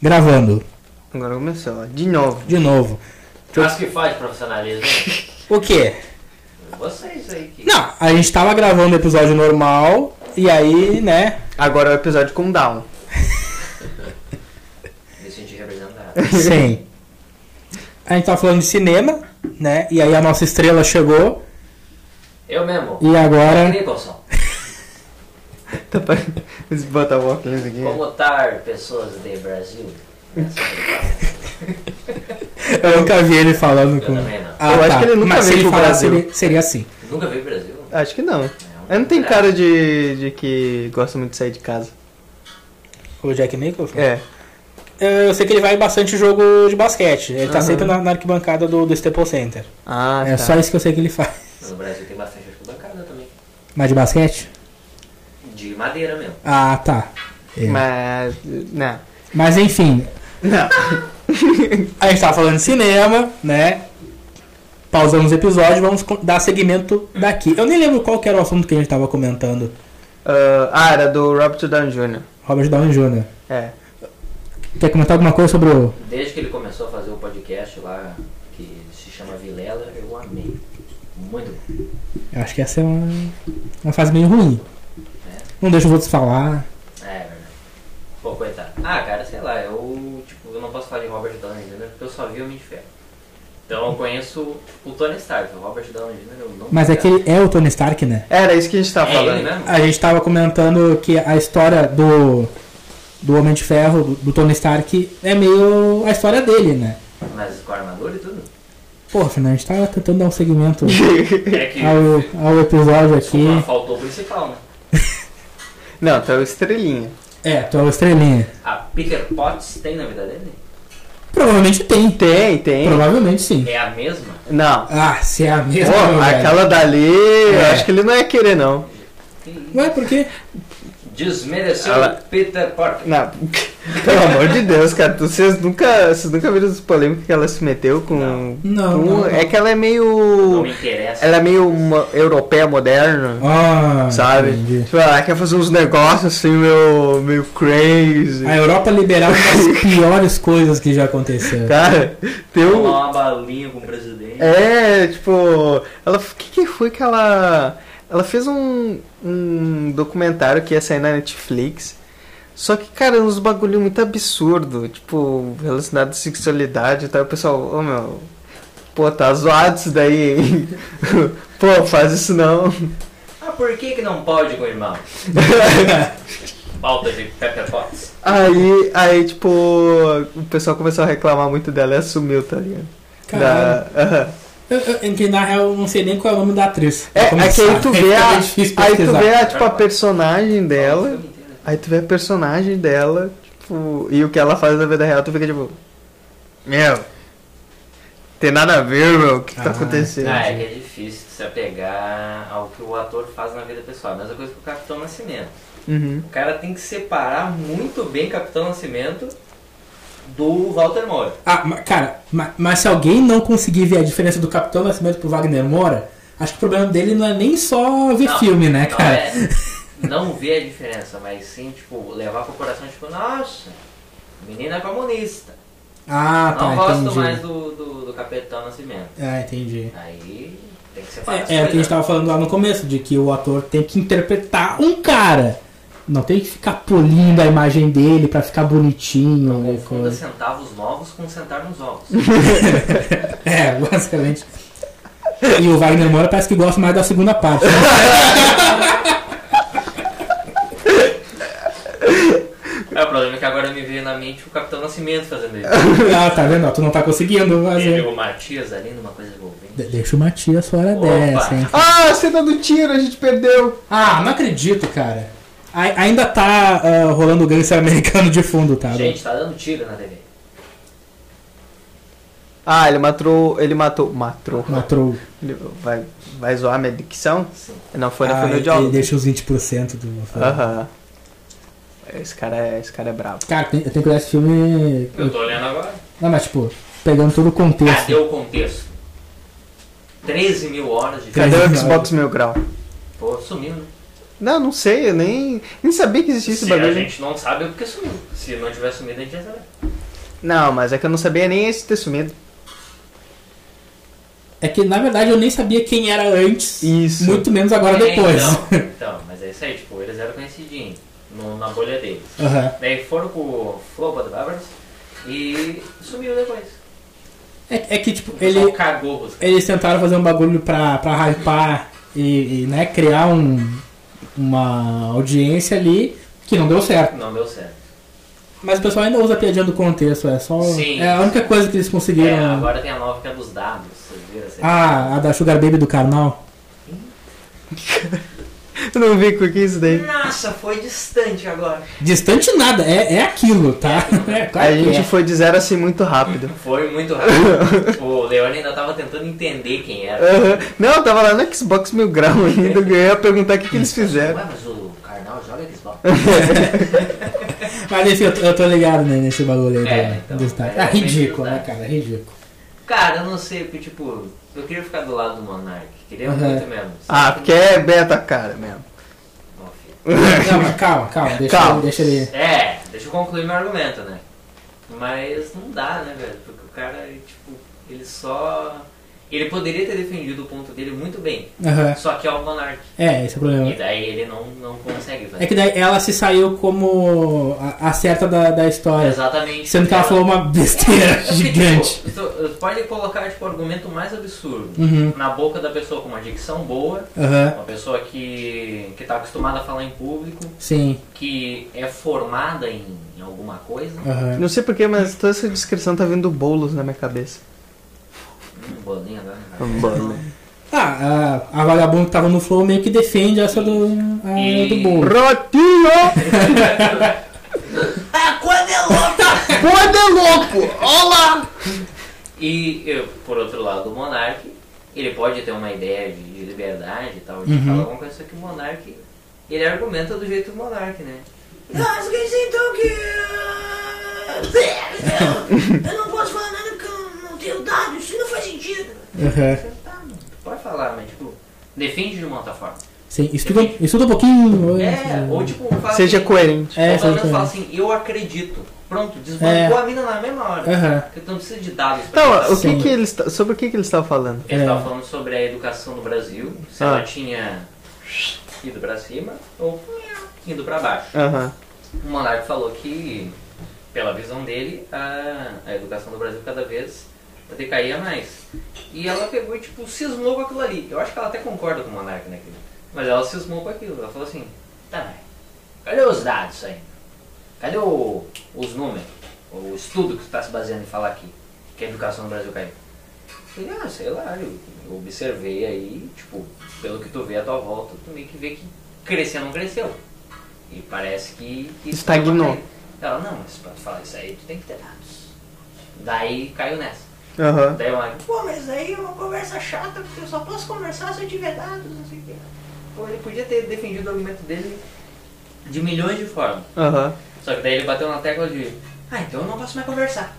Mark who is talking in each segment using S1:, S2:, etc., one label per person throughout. S1: Gravando.
S2: Agora começou, ó. De novo.
S1: De novo.
S3: Mas que faz profissionalismo. né?
S1: O quê?
S3: Vocês aí que.
S1: Não, a gente tava gravando o episódio normal e aí, né?
S2: Agora é o episódio com down.
S3: Me senti representado.
S1: Sim. A gente tava falando de cinema, né? E aí a nossa estrela chegou
S3: Eu mesmo.
S1: e agora.
S3: Nicholson,
S2: Tá pra... Eles botam o óculos aqui.
S3: como tar pessoas de Brasil? Essa é a pergunta.
S1: Eu nunca vi ele falando com.
S3: também não.
S1: Ah,
S2: Eu acho que ele nunca
S1: Mas se
S2: veio
S1: ele
S2: pro
S1: falasse,
S2: Brasil.
S1: ele seria assim.
S3: Nunca vi Brasil. É um
S2: Acho que não. Ele não tem cara de, de que gosta muito de sair de casa.
S1: O Jack Nicholson?
S2: É.
S1: Eu sei que ele vai em bastante jogo de basquete. Ele tá
S2: Aham.
S1: sempre na, na arquibancada do, do Staples Center.
S2: Ah,
S1: é
S2: tá.
S1: só isso que eu sei que ele faz.
S3: No Brasil tem bastante arquibancada também.
S1: Mas de basquete?
S3: De madeira mesmo.
S1: Ah, tá. É.
S2: Mas... Não.
S1: Mas enfim,
S2: Não.
S1: a gente tava falando de cinema, né? Pausamos o episódio, vamos co- dar seguimento daqui. Eu nem lembro qual que era o assunto que a gente tava comentando.
S2: Ah, ah, era do Robert Downey Jr.
S1: Robert Downey Jr.
S2: É.
S1: Quer comentar alguma coisa sobre o...
S3: Desde que ele começou a fazer o podcast lá, que se chama Vilela, eu amei. Muito bom.
S1: Eu acho que essa é uma, uma fase meio ruim. Não deixa os outros falar.
S3: É, é verdade. Pô, coitado. Ah, cara, sei lá, eu, tipo, eu não posso falar de Robert Downey Jr. porque eu só vi Homem de Ferro. Então eu conheço o Tony Stark, o Robert Downey Jr. eu não
S1: Mas é que
S3: conheço.
S1: ele é o Tony Stark, né?
S2: Era isso que a gente tava
S3: É ele
S2: tá falando.
S3: mesmo?
S1: A gente tava comentando que a história do, do Homem de Ferro, do, do Tony Stark, é meio a história dele, né?
S2: É.
S3: Mas com armadura e tudo?
S1: Porra, Fernando, a gente tava tentando dar um segmento
S3: É que
S1: ao, ao episódio aqui.
S3: desculpa, faltou o principal, né?
S2: Não, tá o Estrelinha.
S1: É, tu é o Estrelinha.
S3: A Peter Potts tem na vida dele?
S1: Provavelmente tem.
S2: Tem, tem.
S1: Provavelmente sim.
S3: É a mesma?
S2: Não.
S1: Ah, se é a mesma.
S2: Pô,
S1: meu velho.
S2: aquela dali...
S1: É.
S2: Eu acho que ele não ia querer, não.
S1: Ué, por quê?
S3: Desmereceu
S2: Ela-
S3: Peter Parker.
S2: Não, pelo amor de Deus, cara. tu- Vocês nunca, vocês nunca viram os polêmicos que ela se meteu com.
S3: Não.
S1: Não,
S2: com-
S1: não, não.
S2: É que ela é
S3: Não
S2: meio.
S3: me interessa.
S2: Ela é meio uma europeia moderna,
S1: Ah,
S2: sabe?
S1: entendi.
S2: Tipo, ela quer fazer uns negócios assim, meio, meio crazy.
S1: A Europa liberal é uma das piores coisas que já aconteceu.
S2: Cara, tem
S3: Tomar
S2: um.
S3: uma balinha com o presidente.
S2: É, tipo. Ela. O que, que foi que ela. Ela fez um, um documentário que ia sair na Netflix. Só que, cara, uns bagulho muito absurdo. Tipo, relacionado à sexualidade e tal. E O pessoal, ô meu. Pô, tá zoado isso daí, hein? Pô, faz isso não.
S3: Ah, por que que não pode com o irmão? Falta de Peter Potts.
S2: Aí, aí, tipo, o pessoal começou a reclamar muito dela e assumiu, tá ligado?
S1: Caralho.
S2: Da- Aham.
S1: Eu, eu, em que, na real, eu não sei nem qual é o nome da atriz.
S2: É,
S1: Pra
S2: é que aí
S1: começar.
S2: tu vê a,
S1: É difícil
S2: aí tu
S1: pesquisar.
S2: vê a, tipo, a personagem
S3: Fala o
S2: dela,
S3: filme inteiro.
S2: aí tu vê a personagem dela, tipo, e o que ela faz na vida real, tu fica tipo, meu, tem nada a ver, meu, o que, que tá
S1: Ah,
S2: acontecendo?
S3: Ah, é que é difícil se apegar ao que o ator faz na vida pessoal. A mesma coisa que o Capitão Nascimento.
S2: Uhum.
S3: O cara tem que separar muito bem Capitão Nascimento do Walter Moura.
S1: Ah, ma- cara, ma- mas se alguém não conseguir ver a diferença do Capitão Nascimento pro Wagner Moura, acho que o problema dele não é nem só ver
S3: Não,
S1: filme, né,
S3: não
S1: cara?
S3: é não ver a diferença, mas sim, tipo, levar pro coração, tipo, nossa, menina comunista.
S1: Ah, tá,
S3: não gosto
S1: entendi.
S3: mais do, do, do Capitão Nascimento.
S1: Ah, entendi.
S3: Aí tem que
S1: É,
S3: separar. as
S1: é o que a gente
S3: coisas.
S1: tava falando lá no começo, de que o ator tem que interpretar um cara. Não tem que ficar polindo a imagem dele pra ficar bonitinho.
S3: Não
S1: né,
S3: confunda
S1: coisa.
S3: centavos novos com sentar nos ovos.
S1: É, basicamente. E o Wagner Moura parece que gosta mais da segunda parte. né?
S3: é, o problema é que agora me veio na mente o Capitão Nascimento fazendo isso.
S1: ah, tá vendo? Ó, Tu não tá conseguindo
S3: Ele
S1: fazer.
S3: o Matias ali numa coisa envolvente.
S1: De- Deixa o Matias fora
S3: Opa.
S1: dessa, hein?
S2: Ah, a cena do tiro, a gente perdeu.
S1: Ah, não acredito, cara. Ai- ainda tá ah, rolando o gangster americano de fundo, tá?
S3: Gente, tá dando tiro na TV.
S2: Ah, ele matou, ele matou, matou.
S1: Matrou.
S2: Ele vai, vai zoar minha dicção?
S3: Sim.
S2: Não foi na
S1: Ah,
S2: final de
S1: ele
S2: aula.
S1: deixa os 20% do.
S2: Aham. Esse cara é, esse cara é brabo.
S1: Cara, tem- eu tenho que olhar esse filme.
S3: Eu tô olhando agora.
S1: Não, mas tipo, pegando todo o
S3: Cadê
S1: contexto.
S3: o contexto? 13 mil horas de
S2: Cadê
S1: Três
S2: o
S1: mil
S2: Xbox Mil Grau?
S3: Pô, sumiu, né?
S2: Não, não sei, eu nem, nem sabia que existia esse
S3: Se a
S2: bagulho.
S3: gente não sabe é porque sumiu. Se não tiver sumido, a gente já sabe.
S2: Não, mas é que eu não sabia nem esse ter sumido.
S1: É que na verdade eu nem sabia quem era antes,
S2: Isso.
S1: muito menos agora
S3: É,
S1: depois.
S3: Então, então, mas é isso aí, tipo, eles eram conhecidinhos no- na bolha deles.
S1: Aham.
S3: Daí foram pro Flow Brothers e sumiu depois.
S1: É, é que tipo,
S3: O pessoal
S1: ele,
S3: cagou os
S1: eles tentaram fazer um bagulho pra, pra hypar e, e, né, criar um, uma audiência ali que não deu certo.
S3: Não deu certo.
S1: Mas o pessoal ainda usa a piadinha do contexto, é só.
S3: Sim.
S1: É a única coisa que eles conseguiram.
S3: É, agora tem a nova que é dos dados, vocês viram essa?
S1: Ah, a da Sugar Baby do carnal.
S2: Eu não vi com que isso daí.
S3: Nossa, foi distante agora.
S1: Distante nada, é, é aquilo, tá? É, claro
S2: A
S1: que
S2: gente
S1: é.
S2: foi de zero assim muito rápido.
S3: Foi muito rápido. o Leone ainda tava tentando entender quem era.
S2: Aham. Não, eu tava lá no Xbox Mil Grau ainda, eu ia perguntar o que, que eles
S3: Ué,
S2: fizeram.
S3: mas o Karnal joga Xbox.
S1: Mas enfim, eu tô, eu tô ligado né, nesse bagulho aí
S3: É,
S1: do,
S3: então,
S1: do Star.
S3: é,
S1: ah, ridículo,
S3: é,
S1: né, cara? Ridículo.
S3: Cara, eu não sei, porque tipo, eu queria ficar do lado do Monark. Queria
S1: Uhum.
S3: muito mesmo.
S2: Ah, porque é beta cara mesmo.
S3: Bom, filho.
S1: Não, mas calma, calma, deixa,
S2: Calma.
S1: Ele, deixa ele.
S3: É, deixa eu concluir meu argumento, né? Mas não dá, né, velho? Porque o cara, tipo, ele só. Ele poderia ter defendido o ponto dele muito bem.
S1: Aham.
S3: Só que é o Monark.
S1: É, esse é o
S3: E
S1: problema.
S3: daí ele não, não consegue fazer.
S1: É que daí ela se saiu como a, a certa da, da história.
S3: Exatamente.
S1: Sendo que ela falou uma besteira
S3: É, porque,
S1: gigante.
S3: tipo, tu- pode colocar tipo, o argumento mais absurdo
S1: Uhum.
S3: na boca da pessoa com uma dicção boa,
S1: Aham.
S3: uma pessoa que, que tá acostumada a falar em público,
S1: Sim.
S3: que é formada em, em alguma coisa.
S1: Aham.
S2: Não sei porquê, mas toda essa descrição tá vindo bolos na minha cabeça.
S3: Hum, bolinha agora.
S2: Bolo.
S1: Ah, a, a vagabunda que tava no flow meio que defende essa do, a,
S3: E-
S1: do bolo.
S2: Rotinho!
S3: ah, quando é louca!
S2: Pode é louco! Olá!
S3: E, eu, por outro lado, o Monark, ele pode ter uma ideia de, de liberdade e tal, de
S1: Uhum.
S3: falar alguma coisa, só que o Monark, ele argumenta do jeito do Monark, né? Nossa, que então que... Eu não posso falar nada porque eu não tenho dados, isso não faz sentido.
S1: Aham.
S3: Tá, mano, tu pode falar, mas, tipo, defende de uma outra forma.
S1: Sim, estuda, estuda um pouquinho.
S3: É, ou, tipo, fala
S2: Seja
S3: assim,
S2: coerente.
S1: É,
S3: ou pelo
S1: seja-
S3: menos fala assim, eu acredito. Pronto, desbancou
S1: É.
S3: a mina na mesma hora.
S1: Aham.
S3: Porque tu não precisa de dados. pra isso.
S2: Então, o que
S1: Sim.
S2: que eles ta- sobre o que que eles estavam falando?
S3: Ele
S1: É.
S3: tava falando sobre a educação no Brasil, se
S2: Ah.
S3: ela tinha ido pra cima ou indo pra baixo.
S2: Aham.
S3: O Monark falou que, pela visão dele, a, a educação no Brasil cada vez decaía mais. E ela pegou e, tipo, cismou com aquilo ali. Eu acho que ela até concorda com o Monark naquilo. Mas ela cismou com aquilo. Ela falou assim, tá, mas cadê os dados aí? Cadê o- os números? O estudo que tu tá se baseando em falar aqui? Que a educação no Brasil caiu. Ele, ah, sei lá, eu, eu observei aí, tipo, pelo que tu vê à tua volta, tu meio que vê que crescer não cresceu. E parece que. que isso
S2: Estagnou.
S3: deu uma caída. Ela, não, mas pra tu falar isso aí, tu tem que ter dados. Daí caiu nessa.
S2: Aham.
S3: Daí uma, pô, mas daí é uma conversa chata, porque eu só posso conversar se eu tiver dados, não sei o quê. Pô, ele podia ter defendido o argumento dele de milhões de formas.
S2: Aham.
S3: Só que daí ele bateu na tecla de, ah, então eu não posso mais conversar.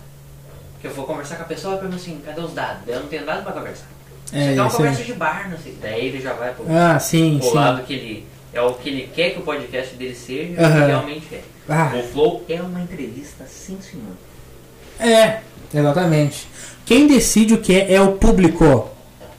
S3: Porque eu vou conversar com a pessoa e pergunto assim, cadê os dados? Daí eu não tenho dados pra conversar.
S1: É,
S3: Isso aqui é uma
S1: isso
S3: conversa
S1: aí.
S3: de bar, não sei. Daí ele já vai pro,
S1: Ah, sim,
S3: pro
S1: sim.
S3: lado que ele. É o que ele quer que o podcast dele seja, o
S1: Aham.
S3: que realmente é.
S1: Ah,
S3: O Flow é uma entrevista, sim senhor.
S1: é, exatamente. Quem decide o que é é o público.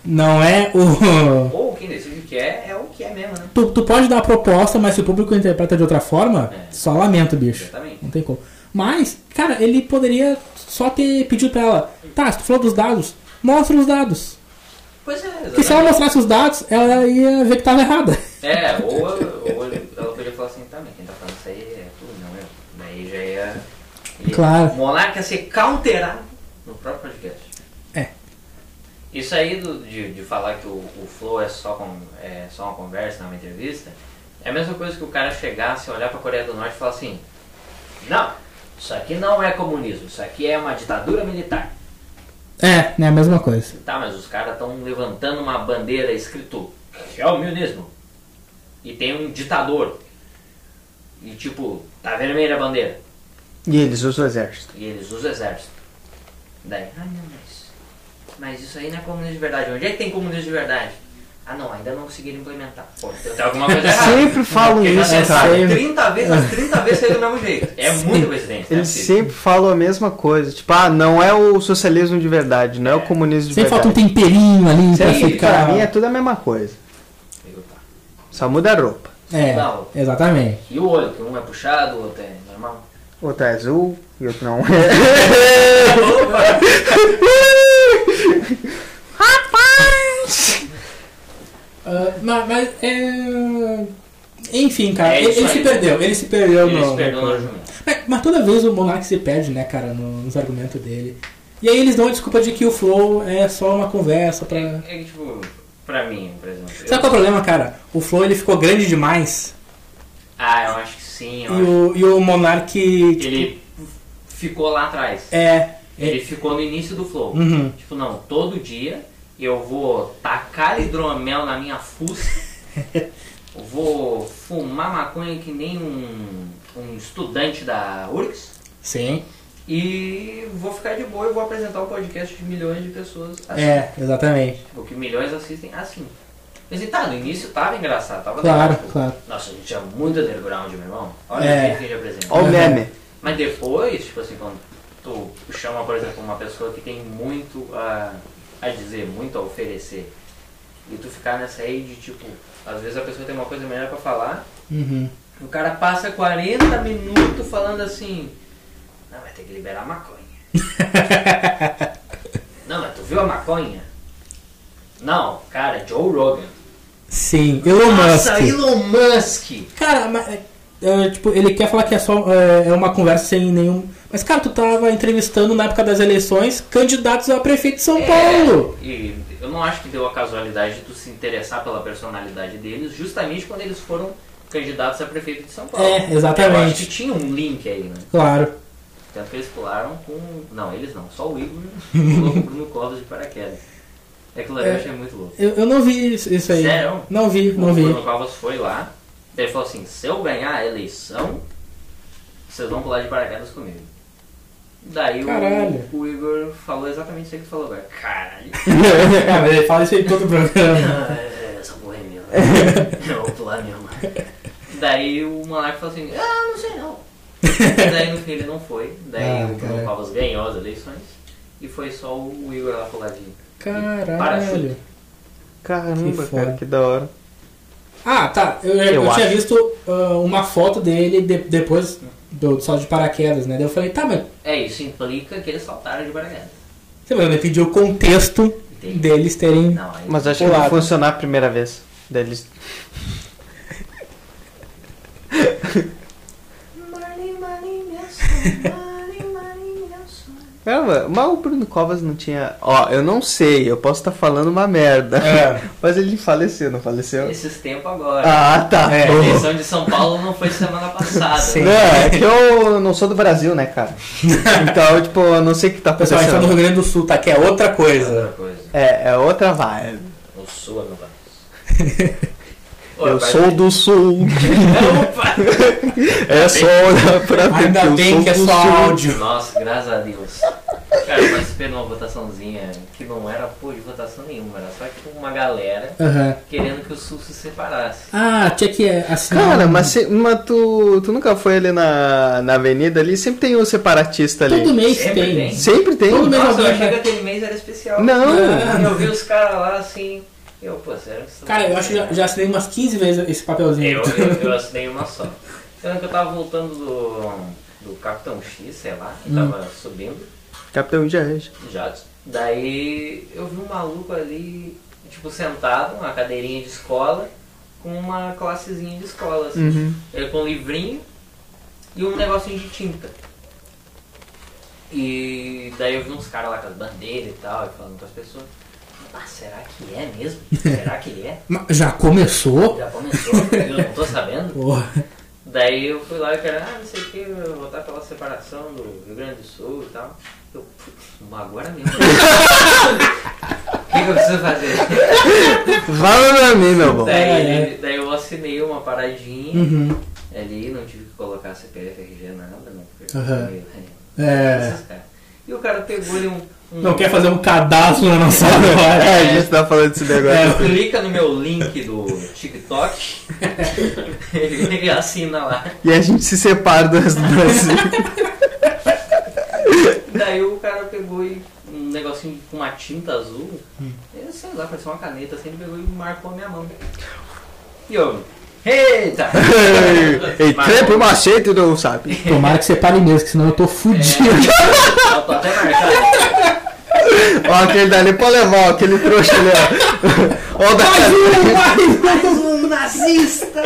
S1: Não é o.
S3: Ou quem decide o que é, é o que é mesmo, né?
S1: Tu, tu pode dar a proposta, mas se o público interpreta de outra forma,
S3: É.
S1: só lamento, bicho.
S3: Exatamente.
S1: Não tem como. Mas, cara, ele poderia só ter pedido pra ela: tá, se tu falou dos dados, mostra os dados.
S3: Pois é, exatamente.
S1: Porque se ela mostrasse os dados, ela ia ver que tava errada.
S3: É, ou, ou ele- ela podia falar assim, tá, mas quem tá falando isso aí é tu, não eu. Daí já ia. ele-
S1: Claro.
S3: O Monarca ia ser counterado no próprio podcast.
S1: É.
S3: Isso aí do- de, de falar que o, o flow é só, com, é só uma conversa, não é uma entrevista, é a mesma coisa que o cara chegasse, olhar pra Coreia do Norte e falar assim: Não, isso aqui não é comunismo, isso aqui é uma ditadura militar.
S1: É, né? A mesma coisa.
S3: Tá, mas os caras estão levantando uma bandeira escrito comunismo E tem um ditador. E tipo, tá vermelha a bandeira.
S2: E eles usam o exército.
S3: E eles usam o exército. Daí, ah não, mas. Mas isso aí não é comunismo de verdade. Onde é que tem comunismo de verdade? Ah não, ainda não conseguiram implementar. Pô, então tem alguma coisa errada.
S2: Sempre falam
S3: Porque já
S2: isso,
S3: tentaram
S2: cara.
S3: 30 vezes, as 30 vezes saiu do mesmo jeito. É muita coincidência. né?
S2: Eles sempre falam a mesma coisa. Tipo, ah, não é o socialismo de verdade, não é o comunismo de
S1: Sempre falta um
S2: verdade.
S1: temperinho ali pra
S3: Sempre,
S1: ficar.
S2: Pra mim é tudo a mesma coisa.
S3: Eu, tá.
S2: Só muda a roupa.
S3: Não.
S1: É, exatamente.
S3: E o olho, que um é puxado, o outro é normal.
S2: Outro é azul e outro não é. Rapaz!
S1: Ah, mas, mas, é... Enfim, cara,
S3: É
S1: ele,
S3: isso
S1: ele
S3: aí.
S1: se perdeu, ele se perdeu
S3: Eles
S1: no.
S3: perdoam a
S1: no-
S3: jumento.
S1: Mas, mas toda vez o Monark se perde, né, cara, no- nos argumentos dele. E aí eles dão a desculpa de que o Flow é só uma conversa pra.
S3: É que, tipo, pra mim, por exemplo. eu-
S1: Sabe qual é o problema, cara? O Flow ele ficou grande demais
S3: Ah, eu acho que sim.
S1: e
S3: Eu acho.
S1: o, e o Monark. tipo,
S3: Ele ficou lá atrás.
S1: É.
S3: Ele ficou no início do flow.
S1: Uhum.
S3: Tipo, não, todo dia eu vou tacar hidromel na minha fuça. eu vou fumar maconha que nem um, um estudante da URGS.
S1: Sim.
S3: E vou ficar de boa e vou apresentar o podcast de milhões de pessoas assim.
S1: É, exatamente.
S3: Tipo, que milhões assistem assim. Mas e tá, no início tava engraçado, tava
S1: Claro,
S3: legal, tipo,
S1: claro.
S3: Nossa, a gente tinha muito underground, meu irmão. Olha
S1: É.
S3: o jeito que a gente apresenta.
S2: Olha o meme.
S3: Mas depois, tipo assim, quando tu chama, por exemplo, uma pessoa que tem muito a, a dizer, muito a oferecer, e tu ficar nessa aí de tipo, às vezes a pessoa tem uma coisa melhor pra falar,
S1: Uhum.
S3: o cara passa 40 minutos falando assim, não, vai ter que liberar a maconha. não, mas tu viu a maconha? Não, cara, Joe Rogan.
S1: Sim. Elon
S3: Nossa,
S1: Musk.
S3: Elon Musk!
S1: Cara, mas, é, é, tipo, ele quer falar que é só é, é uma conversa sem nenhum. Mas, cara, tu tava entrevistando na época das eleições candidatos a prefeito de São Paulo.
S3: É, e eu não acho que deu a casualidade de tu se interessar pela personalidade deles, justamente quando eles foram candidatos a prefeito de São Paulo.
S1: É, exatamente.
S3: Eu acho que tinha um link aí, né?
S1: Claro.
S3: Tanto que eles pularam com. um- Não, eles não, só o Igor pulou com o Bruno Covas de paraquedas. É que ali eu
S1: É.
S3: achei muito louco.
S1: Eu, eu não vi isso, isso aí.
S3: Sério?
S1: Não vi,
S3: o
S1: não vi.
S3: Bruno Covas foi lá, daí ele falou assim: se eu ganhar a eleição, vocês vão pular de paraquedas comigo. Daí
S1: Caralho.
S3: o, o Igor falou exatamente isso aí que tu falou agora. Caralho.
S1: Ah, mas ele fala isso aí em todo o programa.
S3: Ah, Essa porra é minha. Eu vou pular mesmo. Daí o Monark falou assim, ah, não sei não. Daí no fim ele não foi. Daí
S1: Ah,
S3: o Bruno
S1: cara.
S3: Covas ganhou as eleições. E foi só o Igor lá puladinho.
S1: Caralho.
S3: Parachute.
S2: Caramba,
S1: Que foda.
S2: cara, que da hora.
S1: Ah, tá. Eu, eu,
S2: Eu
S1: eu tinha
S2: acho.
S1: visto ah, uma foto dele de- depois do salto de paraquedas, né? Daí eu falei, tá, mas
S3: É, isso implica que eles saltaram de paraquedas.
S1: você vai me pedir o contexto
S3: Entendi.
S1: deles terem.
S3: Não, aí...
S2: Mas acho que
S1: Pulado.
S2: vai funcionar a primeira vez. Daí eles- Caramba, É, mas o Bruno Covas não tinha. Ó, eu não sei, eu posso estar falando uma merda.
S1: É.
S2: Mas ele faleceu, não faleceu?
S3: Esses tempos agora.
S2: Ah, tá.
S1: É,
S3: A
S2: Bom.
S3: eleição de São Paulo não foi semana passada. né?
S1: Sim.
S2: Não, é que eu não sou do Brasil, né, cara? Então, tipo, eu não sei o que tá
S1: O pessoal está no
S2: acontecendo.
S1: Rio Grande do Sul, tá? Que é outra coisa.
S3: Outra coisa.
S2: É, é outra vibe.
S3: O sul é meu país.
S2: Eu sou do sul,
S3: Opa!
S2: é só olhar pra mim
S1: Ainda
S2: eu
S1: bem
S2: sou um
S1: que é
S2: do
S1: só
S2: sul.
S1: áudio.
S3: Nossa, graças a Deus. Cara, participei uma votaçãozinha que não era apoio de votação nenhuma, era só tipo uma galera
S1: Aham.
S3: querendo que o Sul se separasse.
S1: Ah, tinha que é, assinar.
S2: Cara,
S1: um-
S2: mas, se- mas tu, tu nunca foi ali na, na avenida ali? Sempre tem um separatista ali.
S1: Todo mês
S3: Sempre
S1: tem.
S3: tem.
S2: Sempre tem. um.
S1: Todo mês.
S3: Nossa, eu
S1: Ah, alguém vai-
S3: achei que aquele mês era especial. Ah,
S2: Não.
S3: Eu vi os caras lá assim. Eu, pô, será que isso é
S1: Cara, eu acho que já, já assinei umas 15 vezes esse papelzinho.
S3: Eu, eu, eu assinei uma só. Sendo que eu tava voltando do, do Capitão X, sei lá,
S1: Hum.
S3: e tava subindo.
S2: Capitão Jair.
S3: Jato. Daí eu vi um maluco ali, tipo, sentado, uma cadeirinha de escola, com uma classezinha de escola, assim.
S2: Uhum.
S3: Ele com um livrinho e um negocinho de tinta. E daí eu vi uns caras lá com as bandeiras e tal, e falando com as pessoas. Ah, será que é mesmo? Será que é?
S1: Mas Já começou?
S3: Já começou, eu não tô sabendo.
S1: Porra.
S3: Daí eu fui lá e o cara, ah, não sei o que, eu vou votar pela separação do Rio Grande do Sul e tal. Eu, putz, mas agora mesmo. né? O que, que eu preciso fazer?
S2: Fala pra mim, meu bom.
S3: Daí,
S1: Ai,
S3: ele- daí eu assinei uma paradinha
S1: é, né? Uhum.
S3: ali, não tive que colocar CPF, RG, nada, não. Porque
S1: Aham.
S3: eu- né,
S1: É.
S3: esses caras. E o cara pegou ali um,
S1: Não quer fazer um cadastro na nossa hora.
S2: É, a gente tá falando desse negócio.
S3: Clica no meu link do TikTok, ele, ele assina lá.
S1: É.
S2: E a gente se separa do resto do Brasil.
S3: Daí o cara pegou e um negocinho com uma tinta azul,
S2: Hum.
S3: eu sei lá, parecia uma caneta assim, ele pegou e marcou a minha mão. E eu, eita!
S2: Ei, trepa o macete do sabe.
S1: Tomara que você pare mesmo, que senão eu tô fudido.
S3: Eu tô É, até marcado.
S2: Ó, aquele dali pode levar, ó, aquele trouxa ali, ó. Ó o da,
S1: um,
S3: Mais um nazista!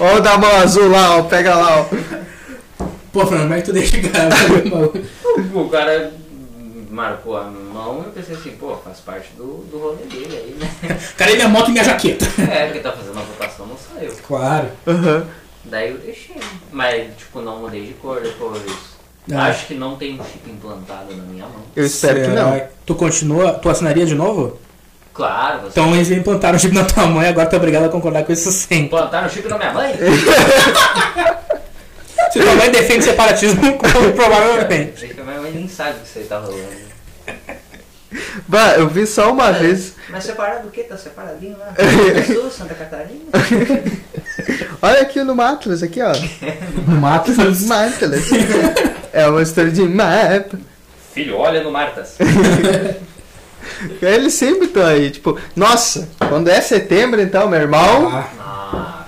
S2: ó o da mão azul lá, ó, pega lá, ó.
S1: Pô, Fernando, mas tu deixa gravar.
S3: O cara marcou a mão e eu pensei assim, pô, faz parte do, do rolê dele aí, né?
S1: Cadê minha moto e minha jaqueta?
S3: É, porque tá fazendo a votação, não sou eu.
S1: Claro.
S2: Aham.
S3: Daí eu deixei. Mas, tipo, não mudei de cor depois.
S1: Ah.
S3: Acho que não tem um chip implantado na minha mão.
S2: Eu espero que
S1: Será
S2: não.
S1: é- Tu continua, tu assinaria de novo?
S3: Claro, você
S1: Então eles implantaram o chip na tua mãe, agora tu é obrigado a concordar com isso sim.
S3: implantaram o um chip na minha mãe?
S1: Se tua mãe defende separatismo, provavelmente.
S3: Acho que a minha mãe nem sabe o que isso aí tá rolando.
S2: Bah, eu vi só uma vez.
S3: Mas separado o que? Tá separadinho lá? Jesus, Santa Catarina?
S2: Olha aqui no Matlus, aqui, ó.
S1: Mata
S2: Matlus. É uma história de map.
S3: Filho, olha no Martas.
S2: Eles sempre estão aí, tipo, nossa, quando é setembro então, meu irmão.
S3: Nossa.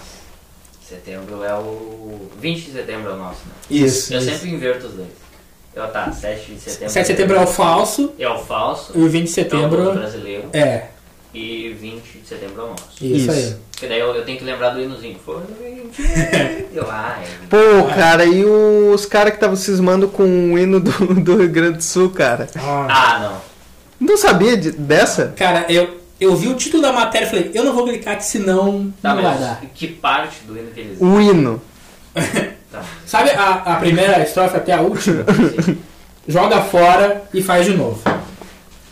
S3: Setembro é o... 20 de setembro é o nosso, né?
S2: Isso.
S3: Eu sempre inverto os dois. Eu, tá, 7 de setembro.
S1: 7 de setembro é o falso
S3: É o falso.
S1: e o 20 de
S3: É o do
S1: setembro
S3: brasileiro.
S1: é.
S3: E 20 de setembro é o nosso.
S1: Isso,
S2: Isso.
S1: aí.
S3: Porque daí eu, eu tenho que lembrar do hinozinho. Foi no 20. Eu, ai.
S2: Pô, cara, e os caras que estavam cismando com o hino do, do Rio Grande do Sul, cara?
S1: Ah.
S3: Ah, não.
S2: Não sabia de- dessa?
S1: Cara, eu, eu vi o título da matéria e falei, eu não vou clicar que senão
S3: Tá,
S1: não vai dar.
S3: mas que parte do hino que eles.
S2: O hino.
S3: Tá.
S1: Sabe a, a primeira estrofe até a última?
S3: sim.
S1: Joga fora e faz de novo.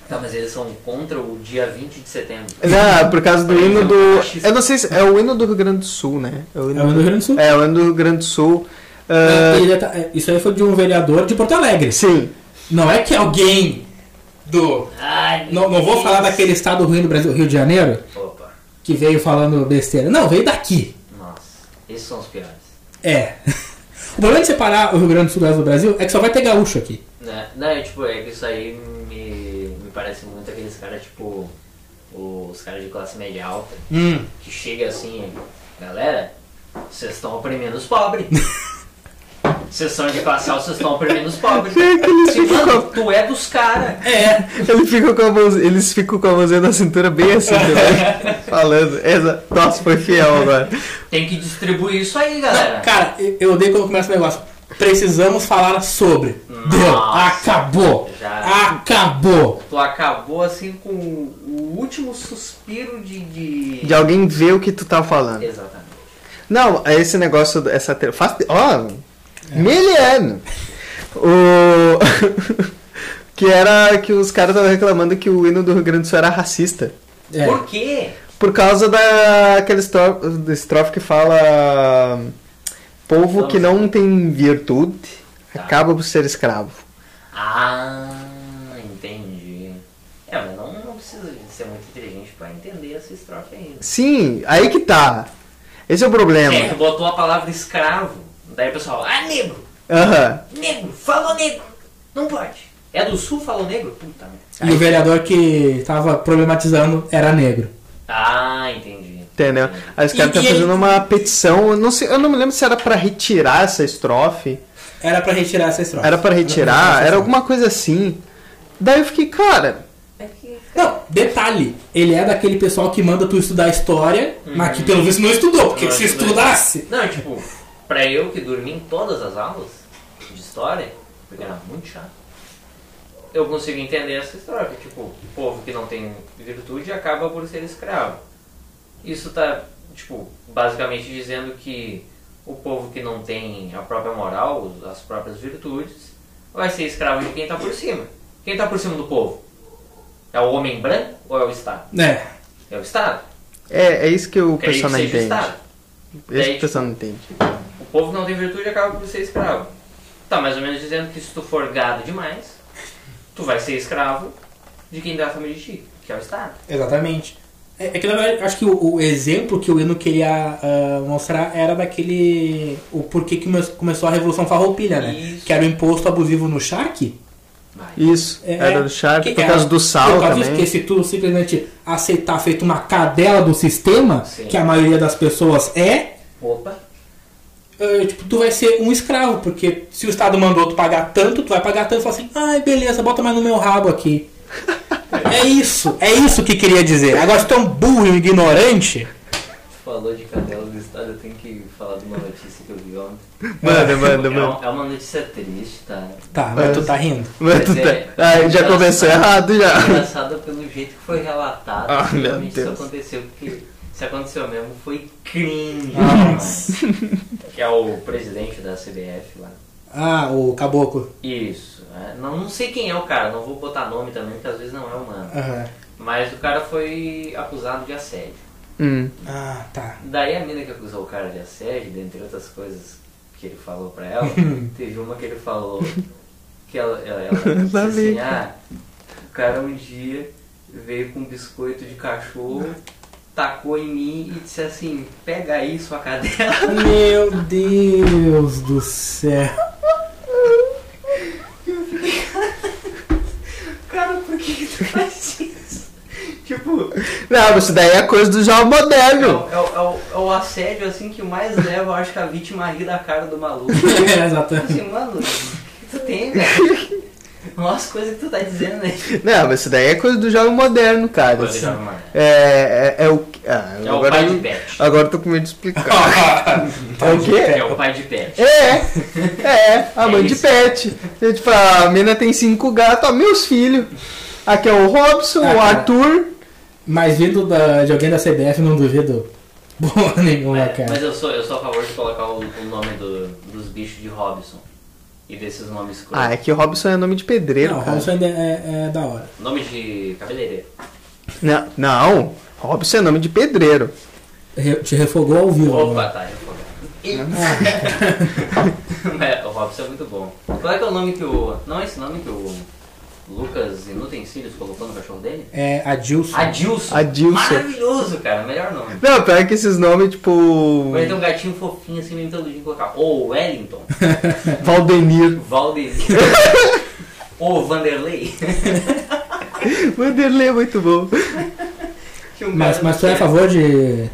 S3: Tá, mas eles são contra o dia 20 de setembro.
S2: Ah, por causa do hino do. Eu não sei se. É o hino do Rio Grande do Sul, né? É o
S1: É o Rio
S2: hino,
S1: Grande do Sul.
S2: é, o hino do Rio Grande do Sul. Ah,
S1: Ele é- tá- é, Isso aí foi de um vereador de Porto Alegre.
S2: sim.
S1: Não é que alguém do.
S3: Ai,
S1: Não, não vou falar daquele estado ruim do Brasil, Rio de Janeiro,
S3: Opa,
S1: que veio falando besteira. Não, veio daqui.
S3: nossa. Esses são os piores.
S1: É. O problema de separar o Rio Grande do Sul do resto do Brasil é que só vai ter gaúcho aqui.
S3: Né? Não, é tipo, é que isso aí me, me parece muito aqueles caras, tipo, os caras de classe média alta,
S1: Hum.
S3: que chega assim, galera, vocês estão oprimindo os pobres. Vocês são de classe alta, vocês estão oprimindo os pobres. Se, mano, tu é dos caras.
S1: É.
S2: Ele fica com a mãozinha- eles ficam com a mãozinha na cintura bem assim também. falando. Exa- Nossa, foi fiel agora.
S3: Tem que distribuir isso aí, galera.
S1: Cara, eu eu odeio quando começa o negócio. Precisamos falar sobre. Deu.
S3: Nossa.
S1: Acabou.
S3: Já.
S1: Acabou.
S3: Tu acabou assim com o último suspiro de. de...
S2: De alguém ver o que tu tá falando.
S3: Exatamente.
S2: Não, é esse negócio, do- essa te- faz Ó, miliano. O... que era que os caras estavam reclamando que o hino do Rio Grande do Sul era racista.
S1: É.
S3: Por quê?
S2: Por causa daquela estro- da estrofe que fala... Povo que não tem virtude acaba por ser escravo.
S3: Ah, entendi. É, mas não, não precisa de ser muito inteligente pra entender essa estrofe ainda.
S2: Sim, aí que tá. Esse é o problema.
S3: É, botou a palavra escravo. Daí o pessoal, ah, negro,
S2: Aham.
S3: negro, falou negro. Não pode. É do sul, falou negro? Puta merda.
S1: E o vereador que tava problematizando era negro.
S3: Ah, entendi.
S2: Entendeu? Aí os
S1: E-
S2: caras estão
S1: e aí-
S2: fazendo uma petição. Eu não, sei, eu não me lembro se era pra retirar essa estrofe.
S1: Era pra retirar essa estrofe.
S2: Era pra
S1: Não,
S2: retirar,
S1: não,
S2: era
S1: não.
S2: alguma coisa assim. Daí eu fiquei, cara,
S3: É que-
S2: um-
S1: Não, detalhe, ele é daquele pessoal que manda tu estudar história, mas que pelo visto não estudou, porque
S3: Uhum. Não,
S1: se
S3: estudei.
S1: estudasse.
S3: Não, tipo, pra eu que dormi em todas as aulas de história, porque era muito chato, eu consigo entender essa história. que, Tipo, o povo que não tem virtude acaba por ser escravo. Isso tá, tipo, basicamente dizendo que o povo que não tem a própria moral, os- as próprias virtudes, vai ser escravo de quem tá por cima. Quem tá por cima do povo? É o homem branco ou é o Estado?
S1: É.
S3: É o Estado.
S2: é, é isso que o
S3: Quer que
S2: pessoal não
S3: seja o
S2: entende.
S3: Estado.
S2: É isso que
S3: Daí,
S2: o pessoal não entende.
S3: O povo que não tem virtude acaba por ser escravo. Tá mais ou menos dizendo que se tu for gado demais, tu vai ser escravo de quem dá a família de ti, que é o Estado.
S1: Exatamente. É, é que na verdade, acho que o, o exemplo que o Eno queria ah, mostrar era daquele. o porquê que come- começou a Revolução Farroupilha, né?
S3: Isso.
S1: Que era o imposto abusivo no charque.
S3: Vai.
S2: Isso,
S1: É,
S2: era do Shark,
S1: que é?
S2: por
S1: era-
S2: causa do sal
S1: por causa disso,
S2: também.
S1: Porque se tu simplesmente aceitar feito uma cadela do sistema,
S3: Sim.
S1: que a maioria das pessoas é,
S3: Opa,
S1: é, tipo, tu vai ser um escravo, porque se o Estado mandou tu pagar tanto, tu vai pagar tanto e fala assim, ai beleza, bota mais no meu rabo aqui. é isso, é isso que queria dizer. Agora se tu é um burro e um ignorante,
S3: tu falou de cadela do Estado, eu tenho que falar de uma notícia que eu vi ontem.
S2: Manda, manda, manda.
S3: É, um- é uma notícia triste, tá?
S1: tá, mas tu tá rindo.
S2: Mas tu
S3: Mas é-
S2: tá- Ah, já começou errado já.
S3: Engraçada É pelo jeito que foi relatado.
S2: Ah, meu
S3: realmente isso
S2: Deus.
S3: aconteceu, porque se aconteceu mesmo, foi cringe.
S1: Nossa.
S3: demais. que é o presidente da CBF lá.
S1: Ah, o caboclo.
S3: Isso. é, Não, não sei quem é o cara, não vou botar nome também, porque às vezes não é humano.
S1: Aham.
S3: Mas o cara foi acusado de assédio.
S2: Hum.
S1: Ah, tá.
S3: Daí a mina que acusou o cara de assédio, dentre outras coisas que ele falou pra ela, teve uma que ele falou que ela, ela, ela disse
S2: Lá
S3: assim,
S2: vem.
S3: ah, o cara um dia veio com um biscoito de cachorro, tacou em mim e disse assim, pega aí sua cadela.
S1: Meu Deus do céu.
S3: Cara, por que tu faz isso? Tipo,
S2: Não, mas isso daí é coisa do João
S3: é
S2: Moderno.
S3: o, é o- é o- é o assédio assim que mais leva, eu acho que a vítima a rir da cara do maluco.
S1: é,
S3: Tipo
S1: exatamente.
S3: assim, mano, o que tu tem, velho? Olha as coisas que tu tá dizendo aí.
S2: Não, mas isso daí é coisa do João Moderno, cara.
S3: Coisa do
S2: Isso-
S3: jovem moderno.
S2: É, é, é o. Ah,
S3: É o
S2: agora,
S3: pai
S2: eu-
S3: de Beth.
S2: agora eu tô com medo de explicar. É o
S3: É
S2: quê?
S3: o pai de pet.
S2: É, é, a
S3: É
S2: mãe de
S3: isso.
S2: pet. É, Tipo, a mina tem cinco gatos, ó, meus filhos. Aqui é o Robson,
S1: Ah,
S2: o
S1: cara.
S2: Arthur.
S1: Mas vindo da- de alguém da CBF, não duvido boa nenhuma,
S3: Mas,
S1: cara.
S3: É, mas eu, sou, eu sou a favor de colocar o, o nome do- dos bichos de Robson. E desses nomes
S2: Ah, é
S3: cruéis.
S2: que o Robson é nome de pedreiro,
S1: Não, o
S2: cara.
S1: Robson ainda é, é da hora.
S3: Nome de cabeleireiro.
S2: Não, não, Robson é nome de pedreiro.
S1: Re- te refogou ao vivo.
S3: Opa,
S1: né?
S3: tá, refogado. Mas o Robson é muito bom. Qual é que é o nome que o. Não é esse nome que o Lucas Inutensílios colocou no cachorro dele?
S1: É Adilson.
S3: Adilson.
S2: Adilson.
S3: Maravilhoso, cara. Melhor nome.
S2: Não, pior que esses nomes, tipo.
S3: Agora tem um gatinho fofinho assim, meio peludinho colocar. Ou Wellington.
S2: Valdemir.
S3: Valdezir. Ou Vanderlei.
S2: Vanderlei é muito bom.
S3: Tinha um
S1: Mas,
S3: cara
S1: mas tu
S3: que
S1: é a
S3: era-
S1: favor de,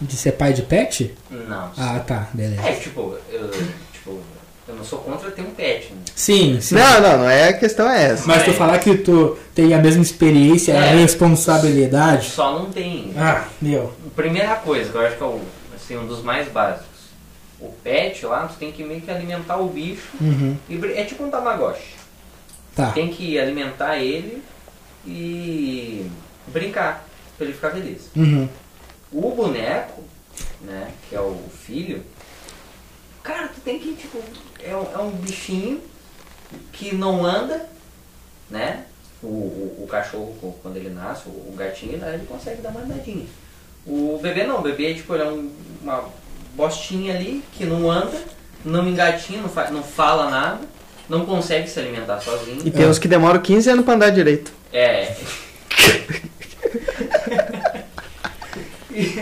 S1: de ser pai de pet?
S3: Não.
S1: Ah, tá, beleza.
S3: É, tipo, eu, tipo, eu não sou contra ter um pet, né?
S1: Sim, sim.
S2: Não, não, não é a questão é essa.
S1: Mas tu falar que tu tem a mesma experiência, a
S3: É.
S1: responsabilidade.
S3: Só não tem.
S1: Ah, meu.
S3: Primeira coisa, que eu acho que é o, assim, um dos mais básicos. O pet lá, tu tem que meio que alimentar o bicho.
S1: Uhum.
S3: e bri- é tipo um tamagotchi.
S1: Tá.
S3: Tem que alimentar ele e brincar, pra ele ficar feliz.
S1: Uhum.
S3: O boneco, né, que é o filho, cara, tu tem que, tipo, é um, é um bichinho que não anda, né? O, o, o cachorro, co- quando ele nasce, o, o gatinho, né, ele, ele consegue dar uma andadinha. O bebê não, o bebê, tipo, ele é um- uma bostinha ali que não anda, não engatinha, não, fa- não fala nada, não consegue se alimentar sozinho.
S2: E tem uns que demoram 15 anos pra andar direito.
S3: É. e,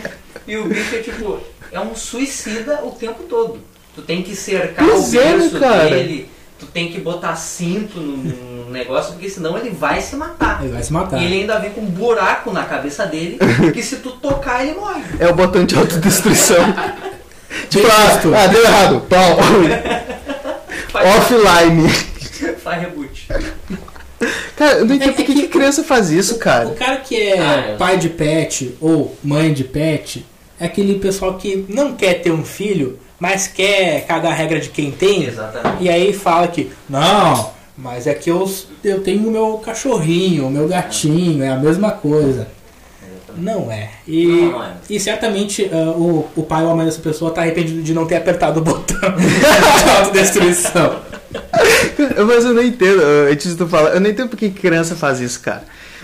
S3: e o bicho é tipo, é um suicida o tempo todo. Tu tem que cercar
S2: Pois
S3: o
S2: é,
S3: berço
S2: cara.
S3: dele, tu tem que botar cinto no, no negócio, porque senão ele vai se matar.
S1: Ele vai se matar.
S3: E ele ainda vem com um buraco na cabeça dele, que se tu tocar ele morre.
S2: É o botão de autodestruição. tipo,
S1: Desisto.
S2: ah, ah, deu errado. Pau.
S3: Faz,
S2: Offline.
S3: faz reboot.
S2: Cara, eu não entendo
S1: É-
S2: por
S1: é
S2: que,
S1: que
S2: que criança faz isso,
S1: O
S2: cara.
S1: cara que é
S3: Ah, eu-
S1: pai de pet ou mãe de pet é aquele pessoal que não quer ter um filho, mas quer cagar a regra de quem tem.
S3: Exatamente.
S1: E aí fala que, não, mas é que eu, eu tenho o meu cachorrinho, o meu gatinho, é a mesma coisa.
S3: Exatamente.
S1: Não é. E,
S3: Não é.
S1: e certamente ah, o, o pai ou a mãe dessa pessoa tá arrependido de não ter apertado o botão de autodestruição.
S2: Mas eu não entendo, eu- antes de tu falar, eu não entendo por que criança faz isso, cara.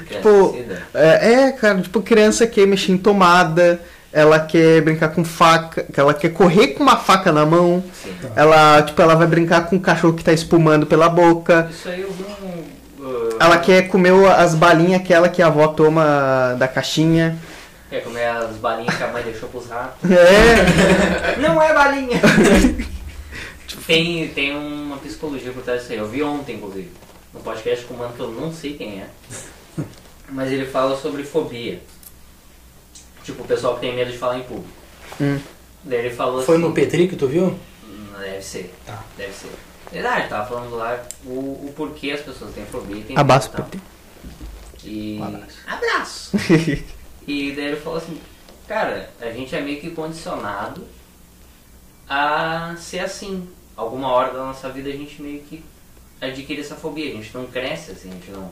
S2: Tipo,
S3: Criança
S2: é, é, cara, tipo, criança quer mexer em tomada, ela quer brincar com faca, que ela quer correr com uma faca na mão,
S3: Sim.
S2: ela, tipo, ela vai brincar com um cachorro que tá espumando pela boca.
S3: Isso aí eu vi um. uh, eu-
S2: Ela quer comer o- as balinhas aquela que a avó toma da caixinha.
S3: Quer comer é as balinhas que a mãe deixou pros ratos.
S2: É,
S3: Não é balinha! tem, tem uma psicologia por trás disso aí. Eu vi ontem, inclusive, no podcast com um mano que eu não sei quem é. Mas ele fala sobre fobia. Tipo, o pessoal que tem medo de falar em público.
S2: Hum.
S3: Daí ele falou
S1: Foi
S3: assim,
S1: no Petri que tu viu?
S3: Hum, Deve ser.
S1: Tá.
S3: Deve ser. Verdade, tava falando lá o, o porquê as pessoas têm fobia e têm
S2: abaixo
S3: medo e tal.
S2: PT.
S3: E...
S2: Um
S3: abraço. e daí ele falou assim, cara, a gente é meio que condicionado a ser assim. Alguma hora da nossa vida a gente meio que adquire essa fobia, a gente não cresce assim, a gente não.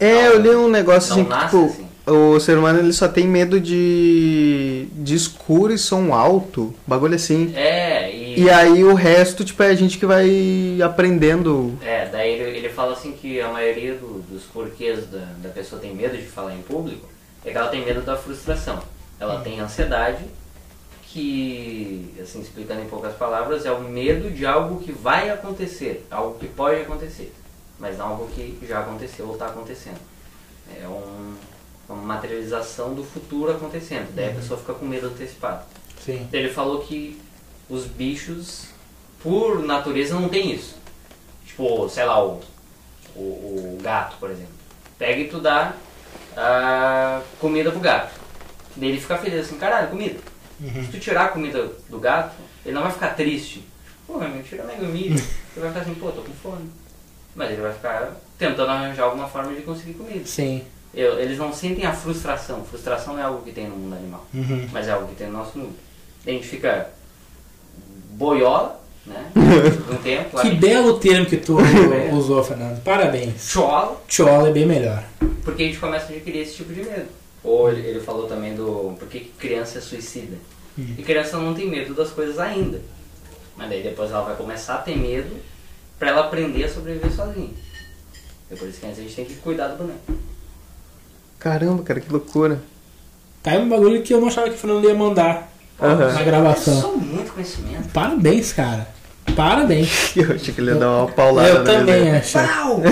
S2: É, eu li um negócio
S3: Não
S2: assim, que,
S3: nasce
S2: tipo,
S3: assim.
S2: o ser humano ele só tem medo de, de escuro e som alto, bagulho assim.
S3: É, e.
S2: E aí o resto, tipo, é a gente que vai aprendendo.
S3: É, daí ele, ele fala assim que a maioria do- dos porquês da, da pessoa tem medo de falar em público é que ela tem medo da frustração. Ela tem ansiedade, que, assim, explicando em poucas palavras, é o medo de algo que vai acontecer, algo que pode acontecer, mas não algo que já aconteceu ou está acontecendo. É um- uma materialização do futuro acontecendo, daí a pessoa fica com medo antecipado.
S1: Sim.
S3: Então, Ele falou que os bichos, por natureza, não tem isso. Tipo, sei lá, o, o, o gato, por exemplo. Pega e tu dá ah, comida pro gato. Daí ele fica feliz assim, caralho, comida. Se tu tirar a comida do gato, ele não vai ficar triste. Pô, mas me tira minha comida. Ele vai ficar assim, pô, tô com fome. Mas ele vai ficar tentando arranjar alguma forma de conseguir comida.
S1: Sim.
S3: Eu- eles não sentem a frustração. Frustração não é algo que tem no mundo animal,
S1: Uhum.
S3: mas é algo que tem no nosso mundo. A gente fica boiola, né? De um tempo, a
S1: Que
S3: gente
S1: belo termo que tu
S3: É.
S1: usou, Fernando. Parabéns.
S3: chola,
S1: Chola é bem melhor.
S3: porque a gente começa a adquirir esse tipo de medo. Ou ele, ele falou também do por que que criança é suicida.
S1: Uhum.
S3: E criança não tem medo das coisas ainda. Mas daí depois ela vai começar a ter medo pra ela aprender a sobreviver sozinha. É por isso que antes a gente tem que cuidar do boneco.
S2: Caramba, cara, que loucura.
S1: Tá aí um bagulho que eu não achava que o Fernando ia mandar
S2: Aham.
S1: É. na gravação.
S3: Só muito conhecimento.
S1: Parabéns, cara. Parabéns.
S2: Eu achei que ele ia dar uma paulada
S1: eu
S2: na
S1: também
S2: mesa.
S1: acho.
S3: Pau!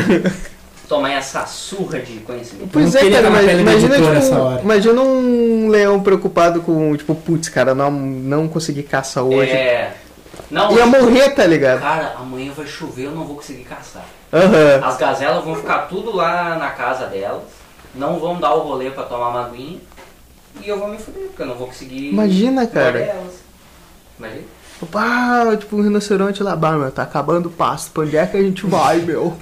S3: Tomar essa surra de conhecimento.
S2: Pois
S1: Eu não
S2: é,
S1: queria
S2: cara,
S1: dar na
S2: mas
S1: pele do
S2: imagina,
S1: editor
S2: tipo,
S1: essa hora.
S2: imagina um leão preocupado com, tipo, putz, cara, não, não consegui caçar hoje.
S3: É. Não,
S2: Ia morrer, tá ligado?
S3: cara, amanhã vai chover, eu não vou conseguir caçar.
S2: Aham.
S3: As gazelas vão ficar tudo lá na casa delas, não vão dar o rolê pra tomar uma aguinha, e eu vou me fuder, porque eu não vou conseguir.
S2: Imagina, cara.
S3: guardar elas. Imagina.
S2: Ah, tipo um rinoceronte lá, bah, meu, tá acabando o pasto, pra onde é que a gente vai, meu?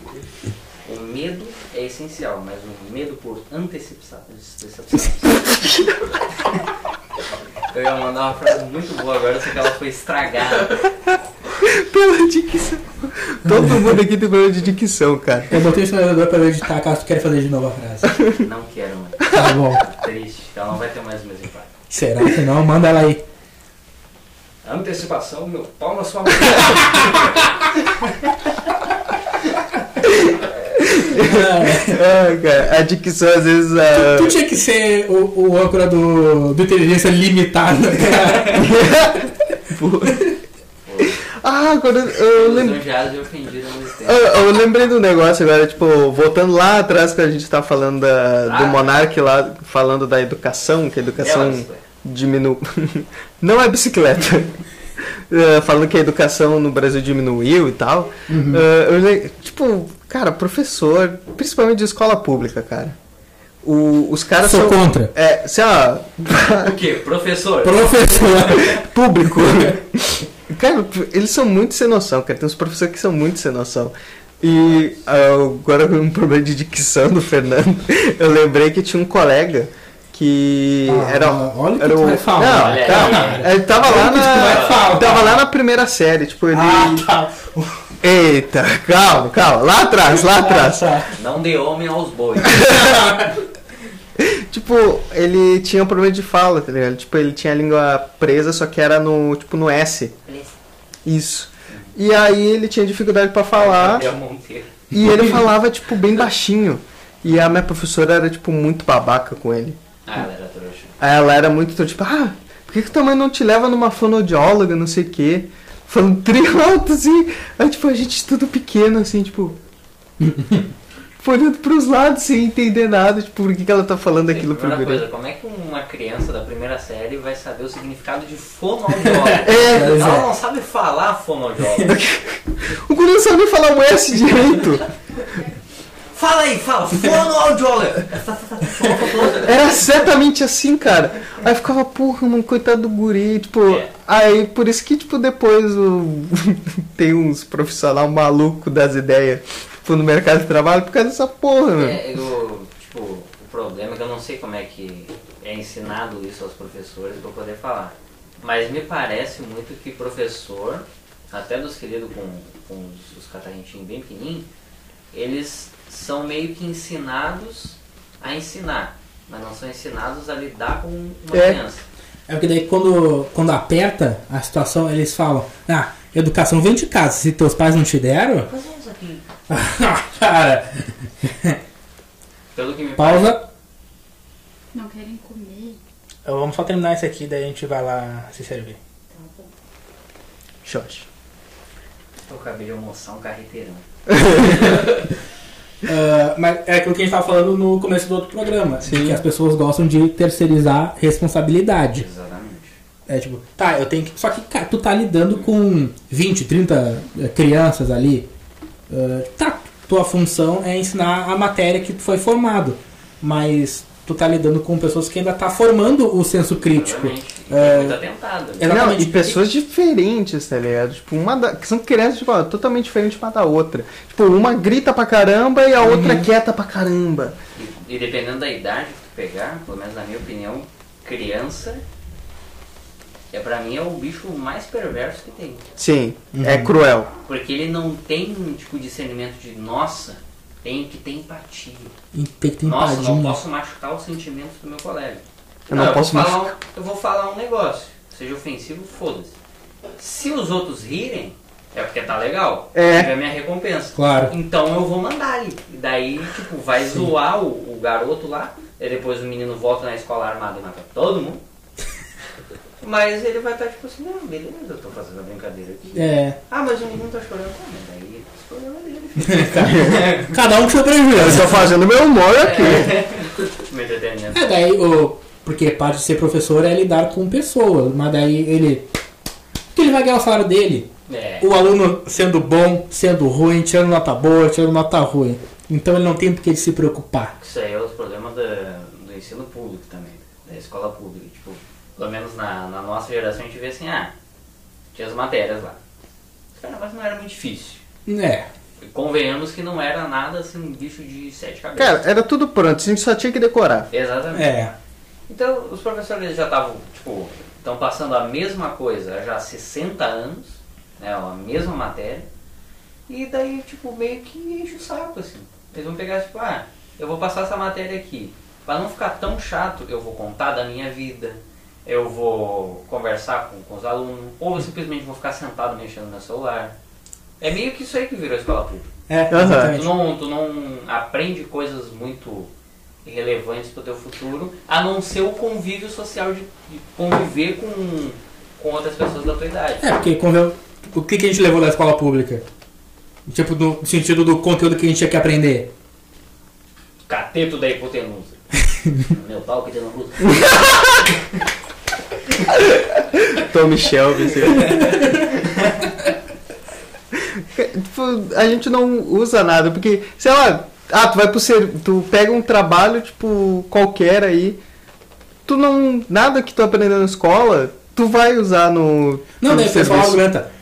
S3: O medo é essencial, mas o medo por antecipação. Eu ia mandar uma frase muito boa agora, só que ela foi estragada.
S2: Pela dicção. Todo mundo aqui tem problema de dicção, cara.
S1: Eu botei o sinalizador pra eu editar caso tu queira fazer de novo a frase.
S3: Não quero mais.
S1: Tá bom.
S3: Triste, ela não vai ter mais o mesmo impacto.
S1: Será que não? Manda ela aí.
S3: Antecipação, meu pau na sua mão.
S2: Ah, cara, a dicção às vezes. ah,
S1: Tu tinha que ser o, o âncora do, do Inteligência Limitada, cara.
S2: pô. Ah, agora eu, eu lembrei.
S3: Lisonjeados e ofendidos ao mesmo tempo.
S2: Eu, eu lembrei do negócio agora, tipo, voltando lá atrás que a gente tá falando da- do
S3: Ah.
S2: Monark lá, falando da educação, que a educação
S3: Bela bicicleta.
S2: diminui. Não é bicicleta. Eh, falando que a educação no Brasil diminuiu e tal. Eh, eu le- tipo, cara, professor, principalmente de escola pública, cara. O- os caras
S1: Sou
S2: são.
S1: contra.
S2: É, sei lá,
S3: O que? Professor?
S1: Professor.
S2: público. né? cara, eles são muito sem noção, cara. Tem uns professores que são muito sem noção. E ah, agora com um problema de dicção do Fernando, eu lembrei que tinha um colega que
S1: Ah,
S2: era.
S1: olha o que
S2: era
S1: tu vai falar.
S2: Não,
S3: Olha aí,
S2: calma.
S1: cara.
S2: Ele tava
S1: Olha
S2: lá
S1: o que tu vai falar.
S2: na. Tava lá na primeira série, tipo, ele.
S1: Ah, tá.
S2: Eita, calma, calma. Lá atrás, lá atrás.
S1: Tá.
S3: Não dê homem aos bois.
S2: Tipo, ele tinha um problema de fala, tá ligado? Tipo, ele tinha a língua presa, só que era no, tipo, no S. Isso. E aí ele tinha dificuldade pra falar
S3: Gabriel Monteiro.
S2: e ele falava tipo bem baixinho. E a minha professora era tipo muito babaca com ele.
S3: Ah, ela era trouxa.
S2: Aí ela era muito tipo, ah, por que, que tua mãe não te leva numa fonoaudióloga, não sei o quê? Falando tri alto assim. Aí tipo, a gente tudo pequeno assim, tipo. tipo, olhando pros lados sem entender nada, tipo, por que, que ela tá falando aquilo pro
S3: Primeira
S2: guri.
S3: coisa, como é que uma criança da primeira série vai saber o significado de fonoaudiólogo?
S2: É,
S3: Ela não sabe falar fonoaudiólogo.
S2: o guri não sabe falar o um S direito.
S3: Fala aí, fala, fonoaudiólogo!
S2: Era exatamente assim, cara. Aí ficava, porra, mano, coitado do guri, tipo.
S3: É.
S2: Aí por isso que, tipo, depois o... tem uns profissional maluco das ideias, tipo, no mercado de trabalho por causa dessa porra, né? mano.
S3: É, eu, tipo, o problema é que eu não sei como é que é ensinado isso aos professores pra poder falar. Mas me parece muito que professor, até dos queridos com, com os, os catarrentinhos bem pequenininhos, eles são meio que ensinados a ensinar, mas não são ensinados a lidar com uma
S2: É.
S3: criança.
S1: É porque daí quando, quando aperta a situação, eles falam, ah, educação vem de casa, se teus pais não te deram.
S3: Mas é isso aqui.
S1: Cara,
S3: Pelo que me
S1: pausa.
S4: Não querem comer.
S1: Então, Vamos só terminar esse aqui, daí a gente vai lá se servir.
S4: Tá bom.
S2: Xoxi.
S3: parece, eu acabei de almoçar um carreteirão.
S1: Ah, mas é aquilo que a gente estava falando no começo do outro programa, de
S2: Sim.
S1: que as pessoas gostam de terceirizar responsabilidade.
S3: Exatamente.
S1: É tipo, tá, eu tenho que. Só que, cara, tu tá lidando com 20, 30 eh, crianças ali. Ah, tá, tua função é ensinar a matéria que tu foi formado. Mas tu tá lidando com pessoas que ainda tá formando o senso crítico.
S3: Exatamente. E
S1: É.
S3: tem muito atentado. né?
S1: Exatamente.
S2: Não, e pessoas diferentes, tá ligado? Tipo, uma da... que são crianças tipo, ó, totalmente diferentes uma da outra. Tipo, uma grita pra caramba e a outra quieta pra caramba.
S3: E, e dependendo da idade que tu pegar, pelo menos na minha opinião, criança é pra mim é o bicho mais perverso que tem.
S2: Sim, é cruel.
S3: Porque ele não tem tipo discernimento de nossa, tem que ter empatia.
S1: E Tem que ter
S3: Nossa, não
S1: empadinha.
S3: posso machucar os sentimentos do meu colega.
S2: Eu não posso
S3: vou falar,
S2: machucar.
S3: um- Eu vou falar um negócio. Seja ofensivo, foda-se. Se os outros rirem, é porque tá legal.
S2: É.
S3: Tive a minha recompensa.
S1: Claro.
S3: Então eu vou mandar ele. E daí, tipo, vai zoar o, o garoto lá. E depois o menino volta na escola armado e mata todo mundo. Mas ele vai estar tipo assim, não, beleza, eu tô fazendo a brincadeira aqui.
S1: É.
S3: Ah, mas o menino tá chorando. Ah, mas daí, esse problema é dele. filho.
S1: Cada um com seu
S2: Eu
S1: prejuízo.
S2: estou fazendo meu humor aqui.
S3: Me entretenendo.
S1: É daí, o, porque parte de ser professor é lidar com pessoas, mas daí ele. Porque ele vai ganhar o salário dele.
S3: É.
S1: O aluno sendo bom, sendo ruim, tirando nota boa, tirando nota ruim. Então ele não tem por que se preocupar.
S3: Isso aí é outro problema da- do ensino público também, da escola pública. Tipo, pelo menos na, na nossa geração a gente vê assim, ah, tinha as matérias lá. Os carnavais não era muito difícil.
S1: É.
S3: E convenhamos que não era nada assim, um bicho de sete cabeças.
S2: Cara, é- era tudo pronto, a gente só tinha que decorar.
S3: Exatamente.
S1: É.
S3: Então, os professores já estavam, tipo, estão passando a mesma coisa já há 60 anos, né, a mesma matéria, e daí, tipo, meio que enche o saco, assim. Eles vão pegar, tipo, ah, eu vou passar essa matéria aqui. Pra não ficar tão chato, eu vou contar da minha vida, eu vou conversar com, com os alunos, ou eu simplesmente vou ficar sentado mexendo no meu celular. É meio que isso aí que virou a escola pública.
S1: É,
S2: Aham.
S3: Tu
S1: exatamente.
S3: não, tu não aprende coisas muito relevantes pro teu futuro, a não ser o convívio social de, de conviver com, com outras pessoas da tua idade.
S1: É, porque conven- o que, que a gente levou da escola pública? Tipo, no sentido do conteúdo que a gente tinha que aprender.
S3: Cateto da hipotenusa. Meu pau que tem no cu.
S2: Tommy Shelby, assim. Tipo, a gente não usa nada, porque, sei lá, ah, tu vai pro ser, tu pega um trabalho, tipo, qualquer aí, tu não, nada que tu aprendeu na escola, tu vai usar no
S1: Não, né,
S2: no
S1: daí o pessoal
S2: serviço.
S1: argumenta.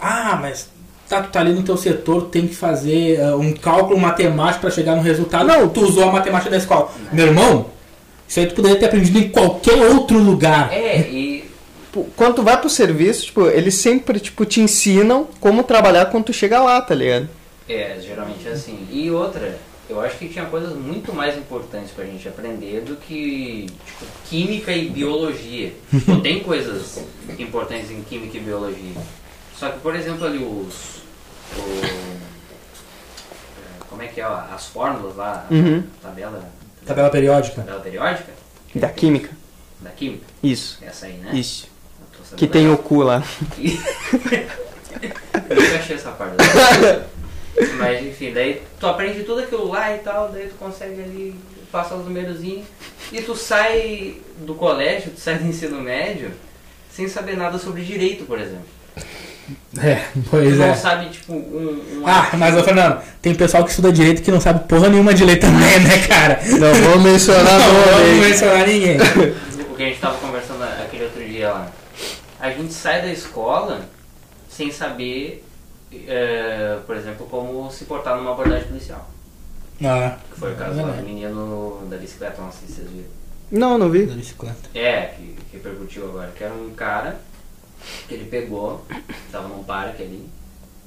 S1: Ah, mas tá, tu tá ali no teu setor, tem que fazer ah, um cálculo matemático pra chegar num resultado.
S2: Não.
S1: tu usou a matemática da escola. Meu irmão, isso aí tu poderia ter aprendido em qualquer outro lugar.
S3: É, e
S2: Tipo, Quando tu vai pro serviço, tipo, eles sempre, tipo, te ensinam como trabalhar quando tu chega lá, tá ligado?
S3: é, geralmente é assim. E outra, eu acho que tinha coisas muito mais importantes pra gente aprender do que tipo, química e biologia. Tipo, tem coisas importantes em química e biologia. Só que, por exemplo, ali os. o- é, como é que é? ó, As fórmulas lá, a
S2: Uhum.
S3: tabela,
S1: Tabela periódica.
S3: tabela periódica
S2: Da química.
S3: da química.
S2: Isso.
S3: Essa aí, né?
S2: Isso.
S3: Eu tô sabendo
S2: Que tem o cu lá.
S3: eu nunca achei essa parte. né? Mas enfim, daí tu aprende tudo aquilo lá e tal, daí tu consegue ali passar os numeirozinhos e tu sai do colégio, tu sai do ensino médio sem saber nada sobre direito, por exemplo.
S1: É,
S3: Tu
S1: pois
S3: não
S1: é.
S3: sabe, tipo, um. um
S1: Ah, mas ô Fernando, tem pessoal que estuda direito que não sabe porra nenhuma de lei também, né, cara?
S2: Não vou mencionar
S1: não vamos
S2: nome.
S1: mencionar ninguém.
S3: o que a gente tava conversando aquele outro dia lá. A gente sai da escola sem saber, eh, por exemplo, como se portar numa abordagem policial.
S1: Ah,
S3: Que foi o caso lá do
S1: verdade.
S3: menino da bicicleta, não sei se vocês viram.
S2: Não, não vi.
S1: Da bicicleta.
S3: É, que que repercutiu agora, que era um cara que ele pegou, tava num parque ali,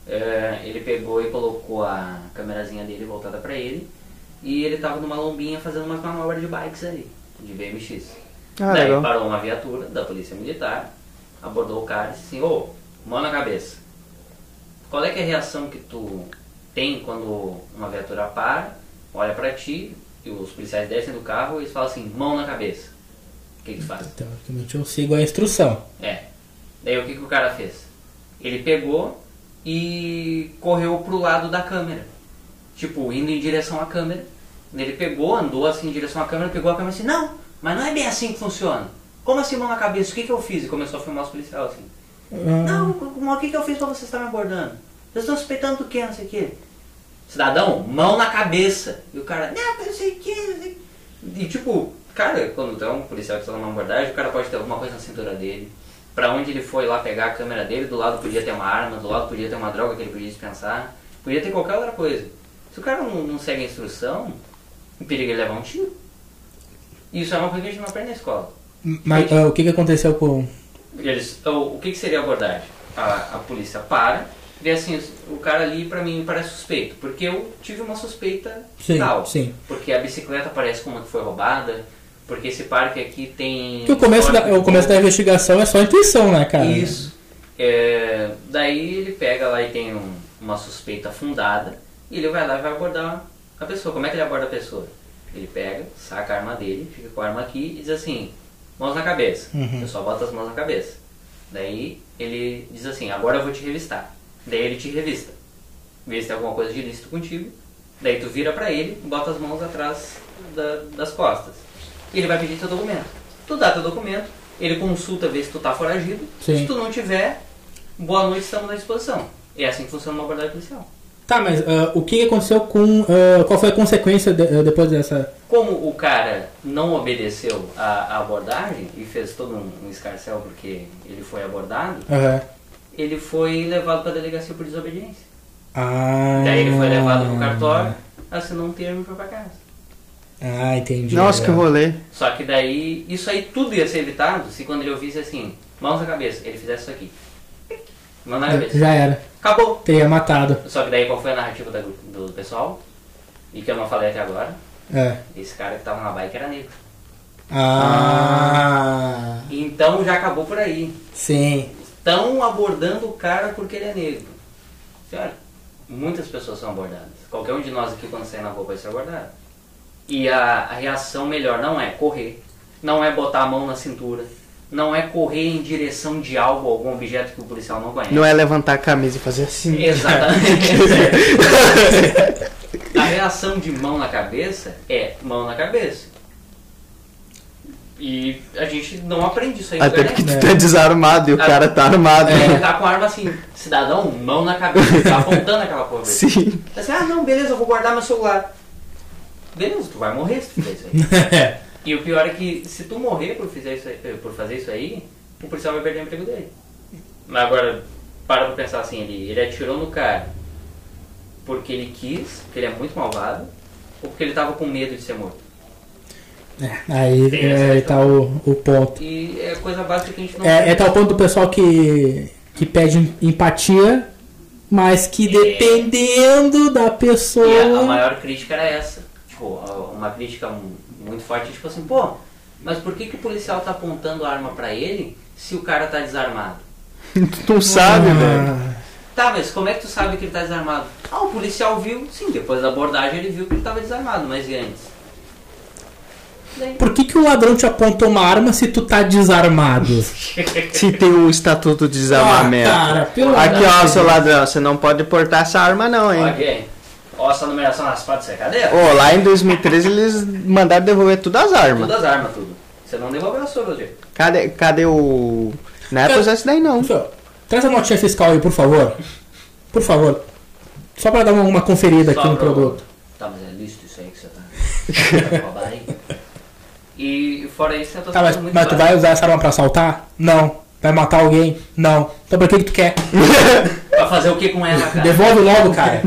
S3: é, ele pegou e colocou a câmerazinha dele voltada pra ele, e ele tava numa lombinha fazendo umas manobras de bikes ali, de BMX.
S2: Ah,
S3: Daí
S2: legal.
S3: parou uma viatura da polícia militar, abordou o cara e disse assim, ô, mão na cabeça. Qual é, que é a reação que tu tem quando uma viatura para, olha pra ti, e os policiais descem do carro e eles falam assim, mão na cabeça. O que que tu faz?
S1: Teoricamente eu sigo a instrução.
S3: É. Daí o que, que o cara fez? Ele pegou e correu pro lado da câmera. Tipo, indo em direção à câmera. Ele pegou, andou assim em direção à câmera, pegou a câmera e disse, não, mas não é bem assim que funciona. Como assim mão na cabeça? O que, que eu fiz? E começou a filmar os policiais assim. Não, mas o que, que eu fiz pra vocês estar me abordando? Vocês estão suspeitando do que, não sei o quê. Cidadão, mão na cabeça. E o cara, não, não sei o que, não sei o quê." E tipo, cara, quando tem um policial que tá numa abordagem, o cara pode ter alguma coisa na cintura dele. Pra onde ele foi lá pegar a câmera dele, do lado podia ter uma arma, do lado podia ter uma droga que ele podia dispensar, podia ter qualquer outra coisa. Se o cara não, não segue a instrução, o perigo é ele levar um tiro. Isso é uma coisa que a gente não aprende na escola.
S1: Mas ah, o que, que aconteceu com.
S3: Eles, então, o, o que, que seria a abordagem? A, a polícia para, vê assim, o cara ali pra mim parece suspeito, porque eu tive uma suspeita
S1: Sim,
S3: tal.
S1: sim.
S3: Porque a bicicleta parece como que foi roubada, porque esse parque aqui tem.
S1: Que o começo, da, o começo da investigação é só intuição, né, cara?
S3: Isso. É, daí ele pega lá e tem um- uma suspeita fundada e ele vai lá e vai abordar a pessoa. Como é que ele aborda a pessoa? Ele pega, saca a arma dele, fica com a arma aqui e diz assim, mãos na cabeça. O pessoal bota as mãos na cabeça. Daí ele diz assim, agora eu vou te revistar. Daí ele te revista. Vê se tem alguma coisa de ilícito contigo. Daí tu vira pra ele, bota as mãos atrás da- das costas. E ele vai pedir teu documento. Tu dá teu documento, ele consulta, vê se tu tá foragido.
S1: Sim.
S3: Se tu não tiver, boa noite, estamos à disposição. É assim que funciona uma abordagem policial.
S1: Tá, mas ah, o que que aconteceu com. ah, qual foi a consequência de- ah, depois dessa.
S3: Como o cara não obedeceu à à abordagem e fez todo um, um escarcel porque ele foi abordado,
S1: Aham.
S3: ele foi levado pra delegacia por desobediência.
S1: Ah.
S3: Daí ele foi levado pro cartório, assinou um termo e foi pra casa.
S1: Ah, entendi.
S2: Nossa, que rolê.
S3: Só que daí, isso aí tudo ia ser evitado se quando ele ouvisse assim, mãos na cabeça, ele fizesse isso aqui. Mão na cabeça.
S1: Já era.
S3: Acabou.
S1: Teria matado.
S3: Só que daí qual foi a narrativa da- do pessoal? E que eu não falei até agora,
S1: É.
S3: esse cara que tava na bike era negro.
S1: Ah.
S3: Então já acabou por aí.
S1: Sim.
S3: Estão abordando o cara porque ele é negro. Senhora, muitas pessoas são abordadas. Qualquer um de nós aqui quando sair na rua vai ser abordado. E a, a reação melhor não é correr, não é botar a mão na cintura, não é correr em direção de algo, algum objeto que o policial não conhece.
S2: Não é levantar a camisa e fazer assim.
S3: Exatamente. a reação de mão na cabeça é mão na cabeça. E a gente não aprende isso aí na
S2: Até
S3: internet.
S2: porque tu
S1: É.
S2: tá desarmado e o
S3: Ah.
S2: cara tá armado.
S3: Ele tá com a arma assim, cidadão, mão na cabeça, tá apontando aquela porra. pra ele.
S2: Sim.
S3: Tá Assim, ah, não, beleza, eu vou guardar meu celular. Beleza, tu vai morrer se tu fizer isso aí. E o pior é que se tu morrer por, fizer isso aí- por fazer isso aí, o policial vai perder o emprego dele. Mas agora, para pra pensar assim, ele, ele atirou no cara porque ele quis, porque ele é muito malvado, ou porque ele tava com medo de ser morto.
S1: É, Aí
S3: Tem essa
S1: é,
S3: questão.
S1: tá o, o ponto.
S3: E é coisa básica que a gente não
S1: É, é tal ponto do pessoal que, que pede em- empatia, mas que
S3: É.
S1: dependendo da pessoa.
S3: E a, a maior crítica era essa. Tipo, a- uma crítica mu- muito forte, tipo assim, pô, mas por que, que o policial tá apontando a arma pra ele se o cara tá desarmado?
S2: Tu não sabe, velho.
S1: Ah,
S3: Tá, mas como é que tu sabe que ele tá desarmado? Ah, o policial viu, sim, depois da abordagem ele viu que ele tava desarmado, mas e antes?
S1: Por que, que o ladrão te aponta uma arma se tu tá desarmado?
S2: Se tem o estatuto de desarmamento.
S1: Ah, cara, pelo
S2: Aqui,
S1: amor
S2: ó,
S1: de
S2: seu
S1: Deus.
S2: ladrão, você não pode portar essa arma, não, hein?
S3: Ok. Ó, essa numeração é raspada de cercadeira.
S2: Ô, lá em 2013 eles mandaram devolver todas as armas.
S3: Todas as armas, tudo. Você não devolveu a sua, Valdir.
S2: Cadê, cadê o. Não é pra usar isso daí, não.
S1: Senhor, traz a notinha fiscal aí, por favor. Por favor. Só pra dar uma, uma conferida aqui
S3: Só
S1: no
S3: pro-
S1: um produto.
S3: Tá, mas é lícito isso aí que você tá. tá com a barriga. e fora isso, eu tô
S1: Tá, mas,
S3: sentindo muito
S1: mas tu
S3: barato.
S1: vai usar essa arma pra assaltar? Não. Vai matar alguém? Não. Então pra que, que tu quer?
S3: Pra fazer o que com ela, cara?
S1: Devolve logo, cara.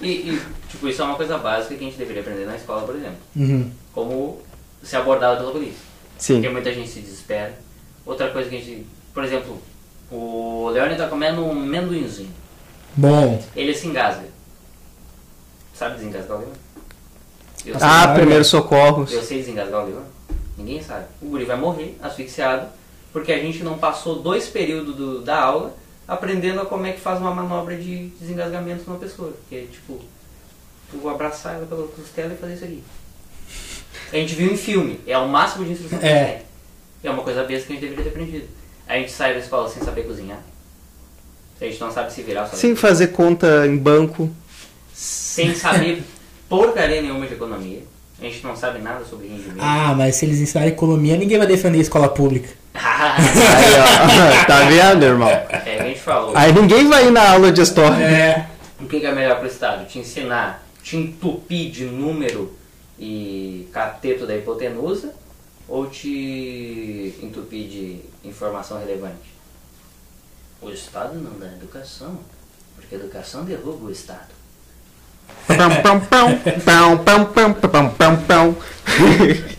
S3: E, e, tipo, isso é uma coisa básica que a gente deveria aprender na escola, por exemplo.
S1: Uhum.
S3: Como ser abordado pela polícia.
S2: Sim.
S3: Porque muita gente se desespera. Outra coisa que a gente. Por exemplo, o Leone tá comendo um amendoinzinho.
S1: Bom.
S3: Ele se engasga. Sabe desengasgar o limão? Eu,
S2: Ah, primeiro socorros.
S3: sei, eu sei desengasgar o limão? Ninguém sabe. O guri vai morrer asfixiado porque a gente não passou dois períodos do- da aula aprendendo a como é que faz uma manobra de desengasgamento numa pessoa. Que é tipo, tu abraçar ela pela costela e fazer isso aqui. A gente viu em filme, é o máximo de instrução que a gente
S1: É.
S3: tem. É uma coisa besta que a gente deveria ter aprendido. A gente sai da escola sem saber cozinhar. A gente não sabe se virar. sabe
S2: Sem fazer conta em banco.
S3: sem saber porcaria nenhuma de economia. A gente não sabe nada sobre rendimento.
S1: Ah, mas se eles ensinarem economia, ninguém vai defender a escola pública.
S2: Aí, ó. tá vendo, irmão?
S3: é, a gente falou.
S2: Aí ninguém vai ir na aula de história.
S1: É.
S3: O que que é melhor pro Estado? Te ensinar, te entupir de número e cateto da hipotenusa ou te entupir de informação relevante? O Estado não dá educação, porque a educação derruba o Estado.
S2: Pão, pão, pão, pão, pão, pão, pão, pão, pão.
S3: Tá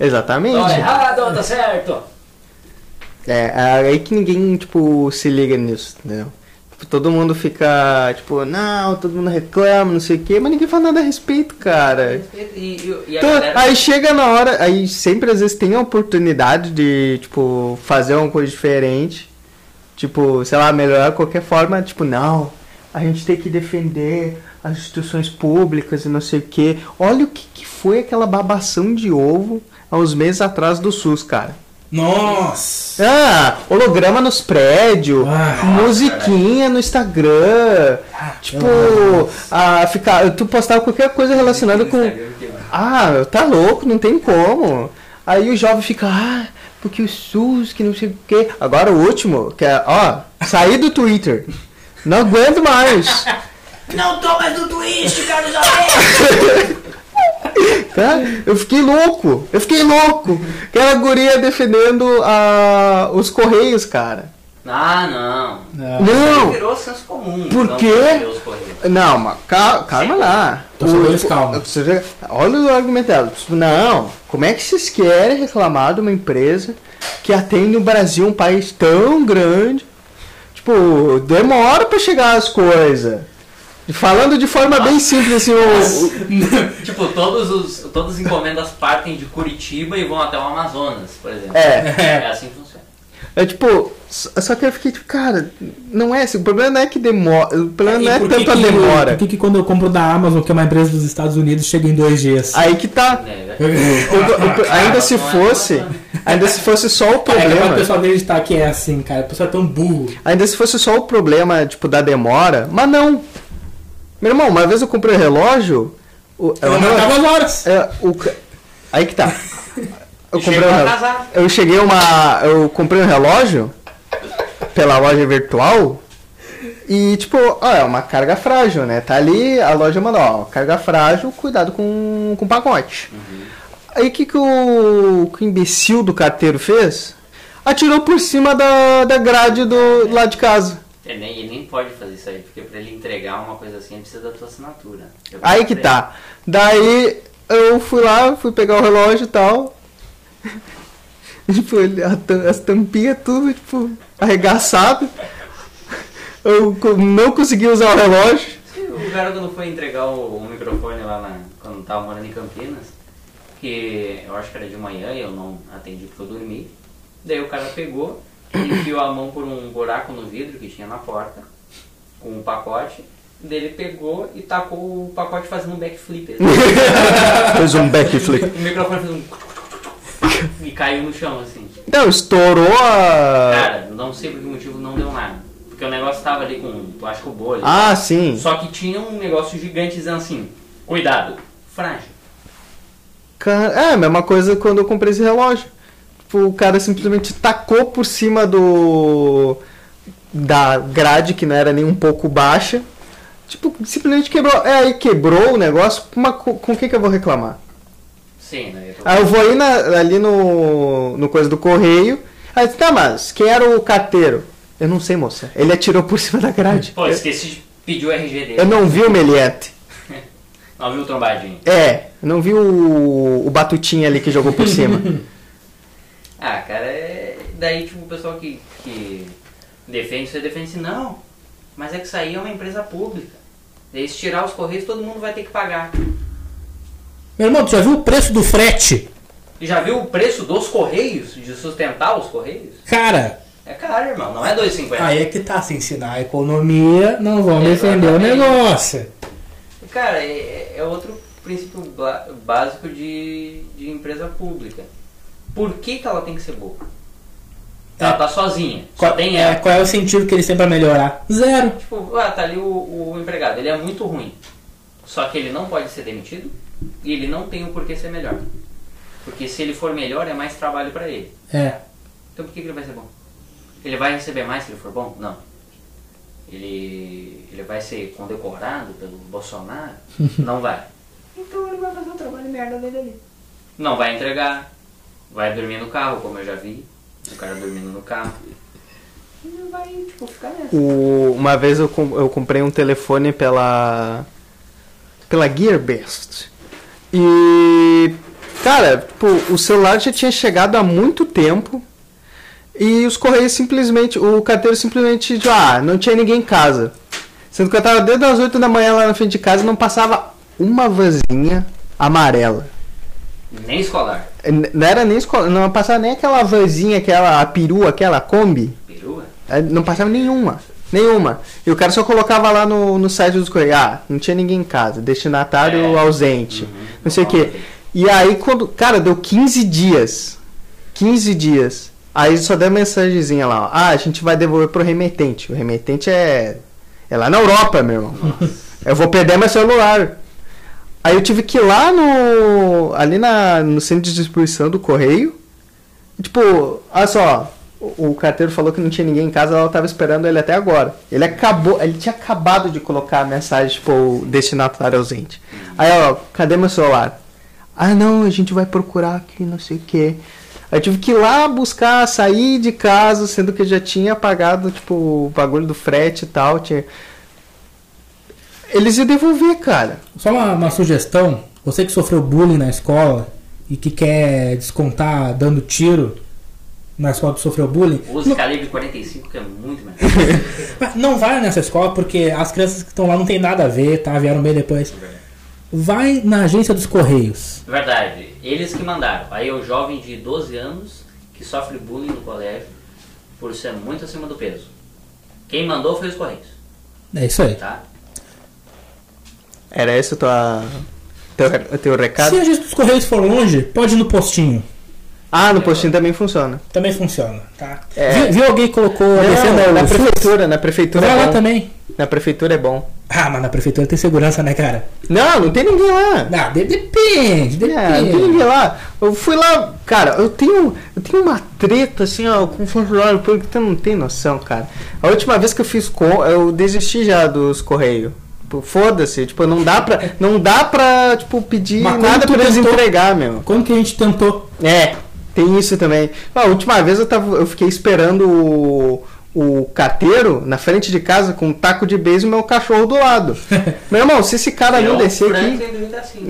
S2: Exatamente.
S3: errado, tá certo!
S2: É, aí que ninguém, tipo, se liga nisso, entendeu? Tipo, Todo mundo fica, tipo, não, todo mundo reclama, não sei o quê, mas ninguém fala nada a respeito, cara.
S3: E, e- e a
S2: Então,
S3: galera...
S2: É. aí chega na hora, aí sempre às vezes tem a oportunidade de, tipo, fazer uma coisa diferente. Tipo, sei lá, melhorar de qualquer forma, tipo, não, a gente tem que defender as instituições públicas e não sei o quê. Olha o que, que foi aquela babação de ovo há uns meses atrás do SUS, cara.
S1: Nossa.
S2: Ah, holograma nos prédios,
S1: Ah,
S2: musiquinha no Instagram, tipo, ah, ficar, tu postava qualquer coisa relacionada com. Ah, tá louco, não tem como. Aí o jovem fica, ah, porque o SUS, que não sei o quê. Agora o último, que é, ó, sair do Twitter. Não aguento mais.
S3: Não tô mais no Twitch, cara, já
S2: Tá? Eu fiquei louco, eu fiquei louco. Aquela guria defendendo ah, os Correios, cara.
S3: Ah, não.
S1: Não.
S2: Não!
S3: Virou senso comum.
S2: Por
S3: não
S2: quê?
S3: perder os correios.
S2: Não, mas calma, calma lá.
S1: Torcedores,
S2: O-
S1: calma.
S2: você vê- Olha o argumento dela. Tipo, Não, como é que vocês querem reclamar de uma empresa que atende o Brasil, um país tão grande? Tipo, demora pra chegar as coisas. E Falando de forma bem simples, assim, o- o-
S3: Tipo, todos os, todas as encomendas partem de Curitiba e vão até o Amazonas, por exemplo.
S2: é,
S3: É assim que funciona.
S2: é tipo, só só que eu fiquei tipo, cara, não é assim, o problema não é que demora, o problema não é
S1: por que
S2: tanto a
S1: que eu-
S2: demora.
S1: Por que, que quando eu compro da Amazon, que é uma empresa dos Estados Unidos, chega em dois dias?
S2: Aí que tá,
S3: Né, velho?
S2: O- o- o- ainda se fosse, ainda se fosse só o
S1: É
S2: problema.
S1: pra pessoa acreditar que é assim, cara. A pessoa é tão burro.
S2: Ainda se fosse só o problema, tipo, da demora, mas não. Meu irmão, uma vez eu comprei um relógio. O, é um
S1: Ela
S2: relógio-
S1: matava as horas.
S2: é, o ca- aí que tá. Eu comprei
S3: Chegou
S2: um relógio.
S3: atrasado.
S2: Eu cheguei uma. Eu comprei um relógio pela loja virtual. E tipo, ó, é uma carga frágil, né? Tá ali, a loja mandou, ó, carga frágil, cuidado com, com o pacote.
S3: Uhum.
S2: Aí o que, que o, que o imbecil do carteiro fez? Atirou por cima da, da grade do, do lado de casa.
S3: Ele É, nem, ele nem pode fazer isso aí, porque pra ele entregar uma coisa assim, ele precisa da tua assinatura. Eu
S2: Aí que
S3: falei,
S2: tá. Daí eu fui lá, fui pegar o relógio e tal. Tipo, ele- a tam- as tampinhas tudo, tipo, arregaçado. Eu co- não consegui usar o relógio.
S3: O cara quando foi entregar o, o microfone lá na, quando tava morando em Campinas, que eu acho que era de manhã e eu não atendi porque eu dormi. Daí o cara pegou, enfiou a mão por um buraco no vidro que tinha na porta, com um pacote, Ele pegou e tacou o pacote fazendo um backflip.
S2: Fez um backflip.
S3: o microfone fez um. e caiu no chão, assim.
S2: Não, estourou a.
S3: Cara, não sei por que motivo não deu nada. Porque o negócio tava ali com um plástico bolha.
S2: Ah, sim.
S3: Só que tinha um negócio gigante dizendo assim: cuidado, frágil.
S2: Cara, é, a mesma coisa quando eu comprei esse relógio. Tipo, o cara simplesmente tacou por cima do. da grade, que não era nem um pouco baixa. Tipo, simplesmente quebrou. É, aí quebrou o negócio, mas co- com o que, que eu vou reclamar?
S3: Sim, né? Eu tô-
S2: Aí Ah, eu vou aí na- ali no, no coisa do correio. Aí tá, mas quem era o carteiro? Eu não sei, moça. Ele atirou por cima da grade.
S3: Pô,
S2: eu,
S3: esqueci de pedir o RG dele.
S2: eu não vi o Meliette.
S3: Não viu o trombadinho.
S2: É, eu não vi o, o Batutinha ali que jogou por cima.
S3: Ah, cara, é... daí tipo o pessoal que, que defende você defende assim, não, mas é que isso aí é uma empresa pública. Daí se tirar os correios, todo mundo vai ter que pagar.
S1: Meu irmão, tu já viu o preço do frete?
S3: E já viu o preço dos correios? De sustentar os correios?
S1: Cara,
S3: É caro, irmão, não é 2,50.
S2: Ah,
S1: aí é que tá, se ensinar a economia, não vão
S3: Exatamente.
S1: defender o negócio.
S3: Cara, é, é outro princípio ba- básico de, de empresa pública. Por que, que ela tem que ser boa? Ela
S1: É.
S3: tá sozinha, só tem
S1: é,
S3: ela.
S1: qual é o sentido que eles têm pra melhorar? Zero.
S3: Tipo, ah, tá ali o, o empregado, ele é muito ruim. Só que ele não pode ser demitido e ele não tem o porquê ser melhor. Porque se ele for melhor, é mais trabalho pra ele.
S1: É.
S3: Então por que, que ele vai ser bom? Ele vai receber mais se ele for bom? Não. Ele, ele vai ser condecorado pelo Bolsonaro? Não vai. Então ele vai fazer o trabalho merda dele ali. Não vai entregar. Vai dormir no carro, como eu já vi. O cara dormindo no carro. E vai, tipo, ficar nessa.
S2: O- uma vez eu, com- eu comprei um telefone pela pela Gearbest e cara tipo, o celular já tinha chegado há muito tempo e os correios simplesmente o carteiro simplesmente disse, ah não tinha ninguém em casa sendo que eu tava desde as 8 da manhã lá na frente de casa e não passava uma vanzinha amarela
S3: Nem escolar.
S2: N- não era nem escola, não passava nem aquela vanzinha aquela a perua aquela kombi
S3: Perua?
S2: Aí É, Não passava nenhuma. Nenhuma. E o cara só colocava lá no, no site dos correios. Ah, não tinha ninguém em casa. Destinatário
S3: É.
S2: ausente. não sei o quê.
S3: Nossa.
S2: E aí quando. Cara, deu 15 dias. 15 dias. Aí só deu mensagenzinha lá, ó. Ah, a gente vai devolver pro remetente. O remetente é. É lá na Europa, meu irmão. Eu vou perder meu celular. Aí eu tive que ir lá no. ali na, no centro de distribuição do correio. Tipo, olha só. O o carteiro falou que não tinha ninguém em casa, ela tava esperando ele até agora. Ele acabou, ele tinha acabado de colocar a mensagem, tipo, o destinatário ausente. Aí, ó, cadê meu celular? Ah, não, a gente vai procurar aqui, não sei o quê. Aí eu tive que ir lá buscar, sair de casa, sendo que eu já tinha pagado, tipo, o bagulho do frete e tal. Tinha... Eles iam devolver, cara.
S1: Só uma, uma sugestão, você que sofreu bullying na escola e que quer descontar dando tiro na escola que sofreu bullying,
S3: Use
S1: não,
S3: calibre 45, que é muito melhor.
S1: não vai nessa escola porque as crianças que estão lá não tem nada a ver, tá? Vieram bem depois. Vai na agência dos correios.
S3: Verdade, eles que mandaram. Aí é o jovem de 12 anos que sofre bullying no colégio por ser muito acima do peso. Quem mandou foi os Correios,
S1: É isso aí.
S3: tá?
S2: Era esse o tua... teu, re- teu recado?
S1: Se a agência dos correios for longe, pode ir no postinho.
S2: Ah, no postinho também funciona.
S1: Também funciona, tá?
S2: É.
S1: Viu, viu alguém que colocou a
S2: Não,
S1: defenda
S2: na
S1: os-
S2: prefeitura, na prefeitura
S1: Vai
S2: é
S1: lá
S2: bom.
S1: também.
S2: Na prefeitura é bom.
S1: Ah, mas na prefeitura tem segurança, né, cara?
S2: Não, não tem ninguém lá.
S1: Ah, de- depende, depende.
S2: É, não tem ninguém lá. Eu fui lá, cara, eu tenho, eu tenho uma treta assim, ó, com o funcionário público, tu não tem noção, cara. A última vez que eu fiz com, eu desisti já dos correios. Tipo, Foda-se, tipo, não dá pra, não dá pra, tipo, pedir
S1: Mas quando
S2: nada
S1: tu
S2: pra eles
S1: tentou-
S2: entregar, meu.
S1: Como que a gente tentou?
S2: É, tem isso também. A última vez eu, tava, eu fiquei esperando o, o carteiro na frente de casa com um taco de beijo e meu cachorro do lado. meu irmão, se esse cara
S3: Eu,
S2: não descer aqui.
S3: Franklin, ainda assim.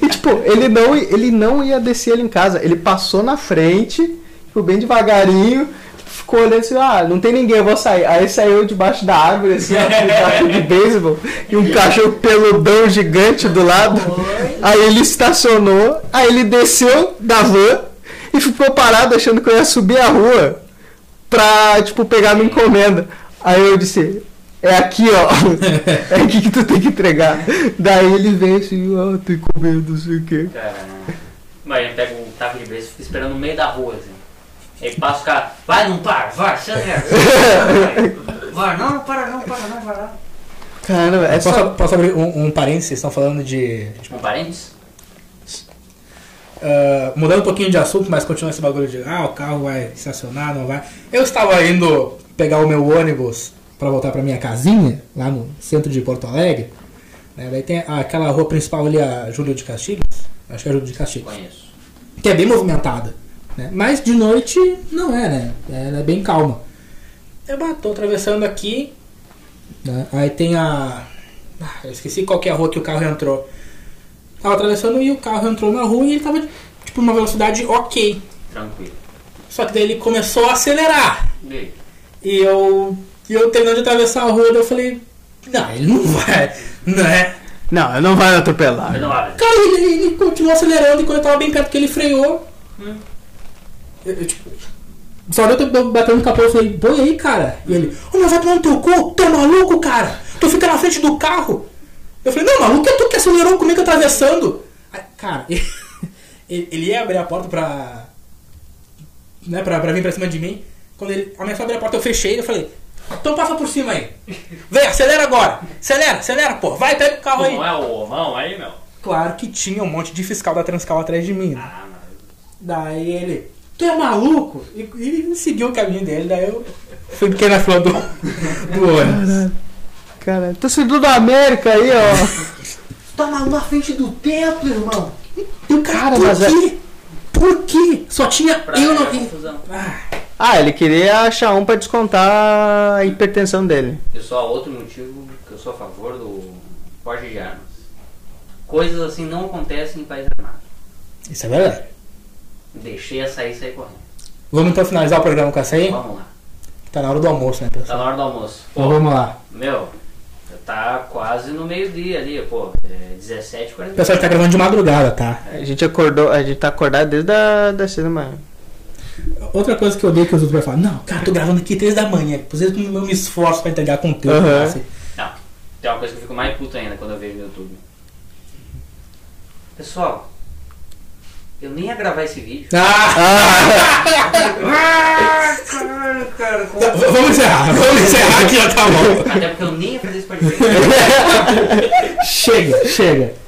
S2: e tipo, ele não, ele não ia descer ele em casa. Ele passou na frente, tipo, bem devagarinho, ficou olhando assim, ah, não tem ninguém, eu vou sair. Aí saiu debaixo da árvore, assim, ó, com um taco de beisebol, e um cachorro peludão gigante do lado. Aí ele estacionou, aí ele desceu da van e ficou parado achando que eu ia subir a rua pra, tipo, pegar minha encomenda. Aí eu disse, É aqui, ó. É aqui que tu tem que entregar. Daí ele vem assim, ó, tem que comer, não sei o quê.
S3: Cara, né? mas ele pega um taco de beijo e fica esperando no meio da rua, assim. Aí passa o cara, vai, não para, vai, acelera. vai, Vai, não, não para, não, para, não, vai lá.
S2: Cara, é
S1: posso,
S2: só.
S1: posso abrir um, um parênteses? Vocês estão falando de.
S3: Tipo, parentes?
S1: ah, mudando um pouquinho de assunto, mas continua esse bagulho de. Ah, o carro vai estacionar, não vai. Eu estava indo pegar o meu ônibus para voltar para minha casinha, lá no centro de Porto Alegre. né? Daí tem aquela rua principal ali, a Júlio de Castilhos. Acho que é Júlio de Castilhos.
S3: Conheço.
S1: que é bem movimentada. Né? Mas de noite não é, né? Ela é bem calma. Eu bah, tô atravessando aqui. né? Aí tem a. Ah, eu esqueci qual que é a rua que o carro entrou. Tava atravessando e o carro entrou na rua e ele tava tipo numa velocidade ok.
S3: Tranquilo.
S1: Só que daí ele começou a acelerar.
S3: E aí?
S1: E eu. E eu terminando de atravessar a rua, daí eu falei. Não, ele não vai, né?
S2: Não, eu não vai atropelar.
S3: Mas não abre.
S1: Cara, ele, ele continuou acelerando e quando eu tava bem perto que ele freou.
S3: Hum.
S1: Eu, eu, tipo, só olhou, eu tô batendo no capô e falei, põe aí, cara. E ele, ô meu, vai tomar no teu cu, tu é maluco, cara? Tu fica na frente do carro. Eu falei, não, maluco, é tu que acelerou comigo atravessando. Aí, cara, ele, ele ia abrir a porta pra. né, pra, pra vir pra cima de mim. Quando ele começou a abrir a porta, eu fechei eu falei, então passa por cima aí. Vem, acelera agora. Acelera, acelera, pô. Vai, pega o carro aí.
S3: Não é o ovão aí, meu?
S1: Claro que tinha um monte de fiscal da Transcal atrás de mim. né?
S3: Ah, mas...
S1: Daí ele, tu é maluco? E, e seguiu o caminho dele, daí eu fui fiquei na fila do, do ônibus.
S2: Cara, torcedor da América aí, ó.
S3: Tá na, na frente do templo, irmão.
S1: E o cara,
S2: Cara,
S1: por
S2: mas é-
S1: quê? Por quê? Só tinha
S3: Pra
S1: eu
S3: criar
S1: não.
S3: confusão.
S1: Ah,
S2: Ah, ele queria achar um pra descontar a hipertensão dele.
S3: Pessoal, outro motivo que eu sou a favor do porte de armas. Coisas assim não acontecem em país armado.
S1: isso é verdade.
S3: Deixei a sair e sair correndo.
S1: Vamos então finalizar o programa com essa aí?
S3: Vamos lá.
S1: Tá na hora do almoço, né,
S3: Tá
S1: pessoal?
S3: na hora do almoço.
S1: Então vamos lá.
S3: Meu, tá quase no meio-dia ali, pô. É 17
S1: O pessoal tá gravando de madrugada, tá?
S2: A gente acordou, a gente tá acordado desde a da cedo, mano.
S1: Outra coisa que eu odeio é que os outros vão falar, não, cara, tô gravando aqui três da manhã. Por isso que eu me esforço pra entregar conteúdo.
S2: Aham.
S1: Assim.
S3: Não, tem uma coisa que eu fico mais puto ainda quando eu vejo no YouTube. Pessoal, eu nem ia gravar esse vídeo.
S1: Ah!
S3: Ah, caralho, cara. como-
S1: Tá, v- Vamos encerrar, vamos encerrar que já tá bom.
S2: Ah.
S3: Até porque eu nem ia fazer esse podcast.
S1: Chega, chega.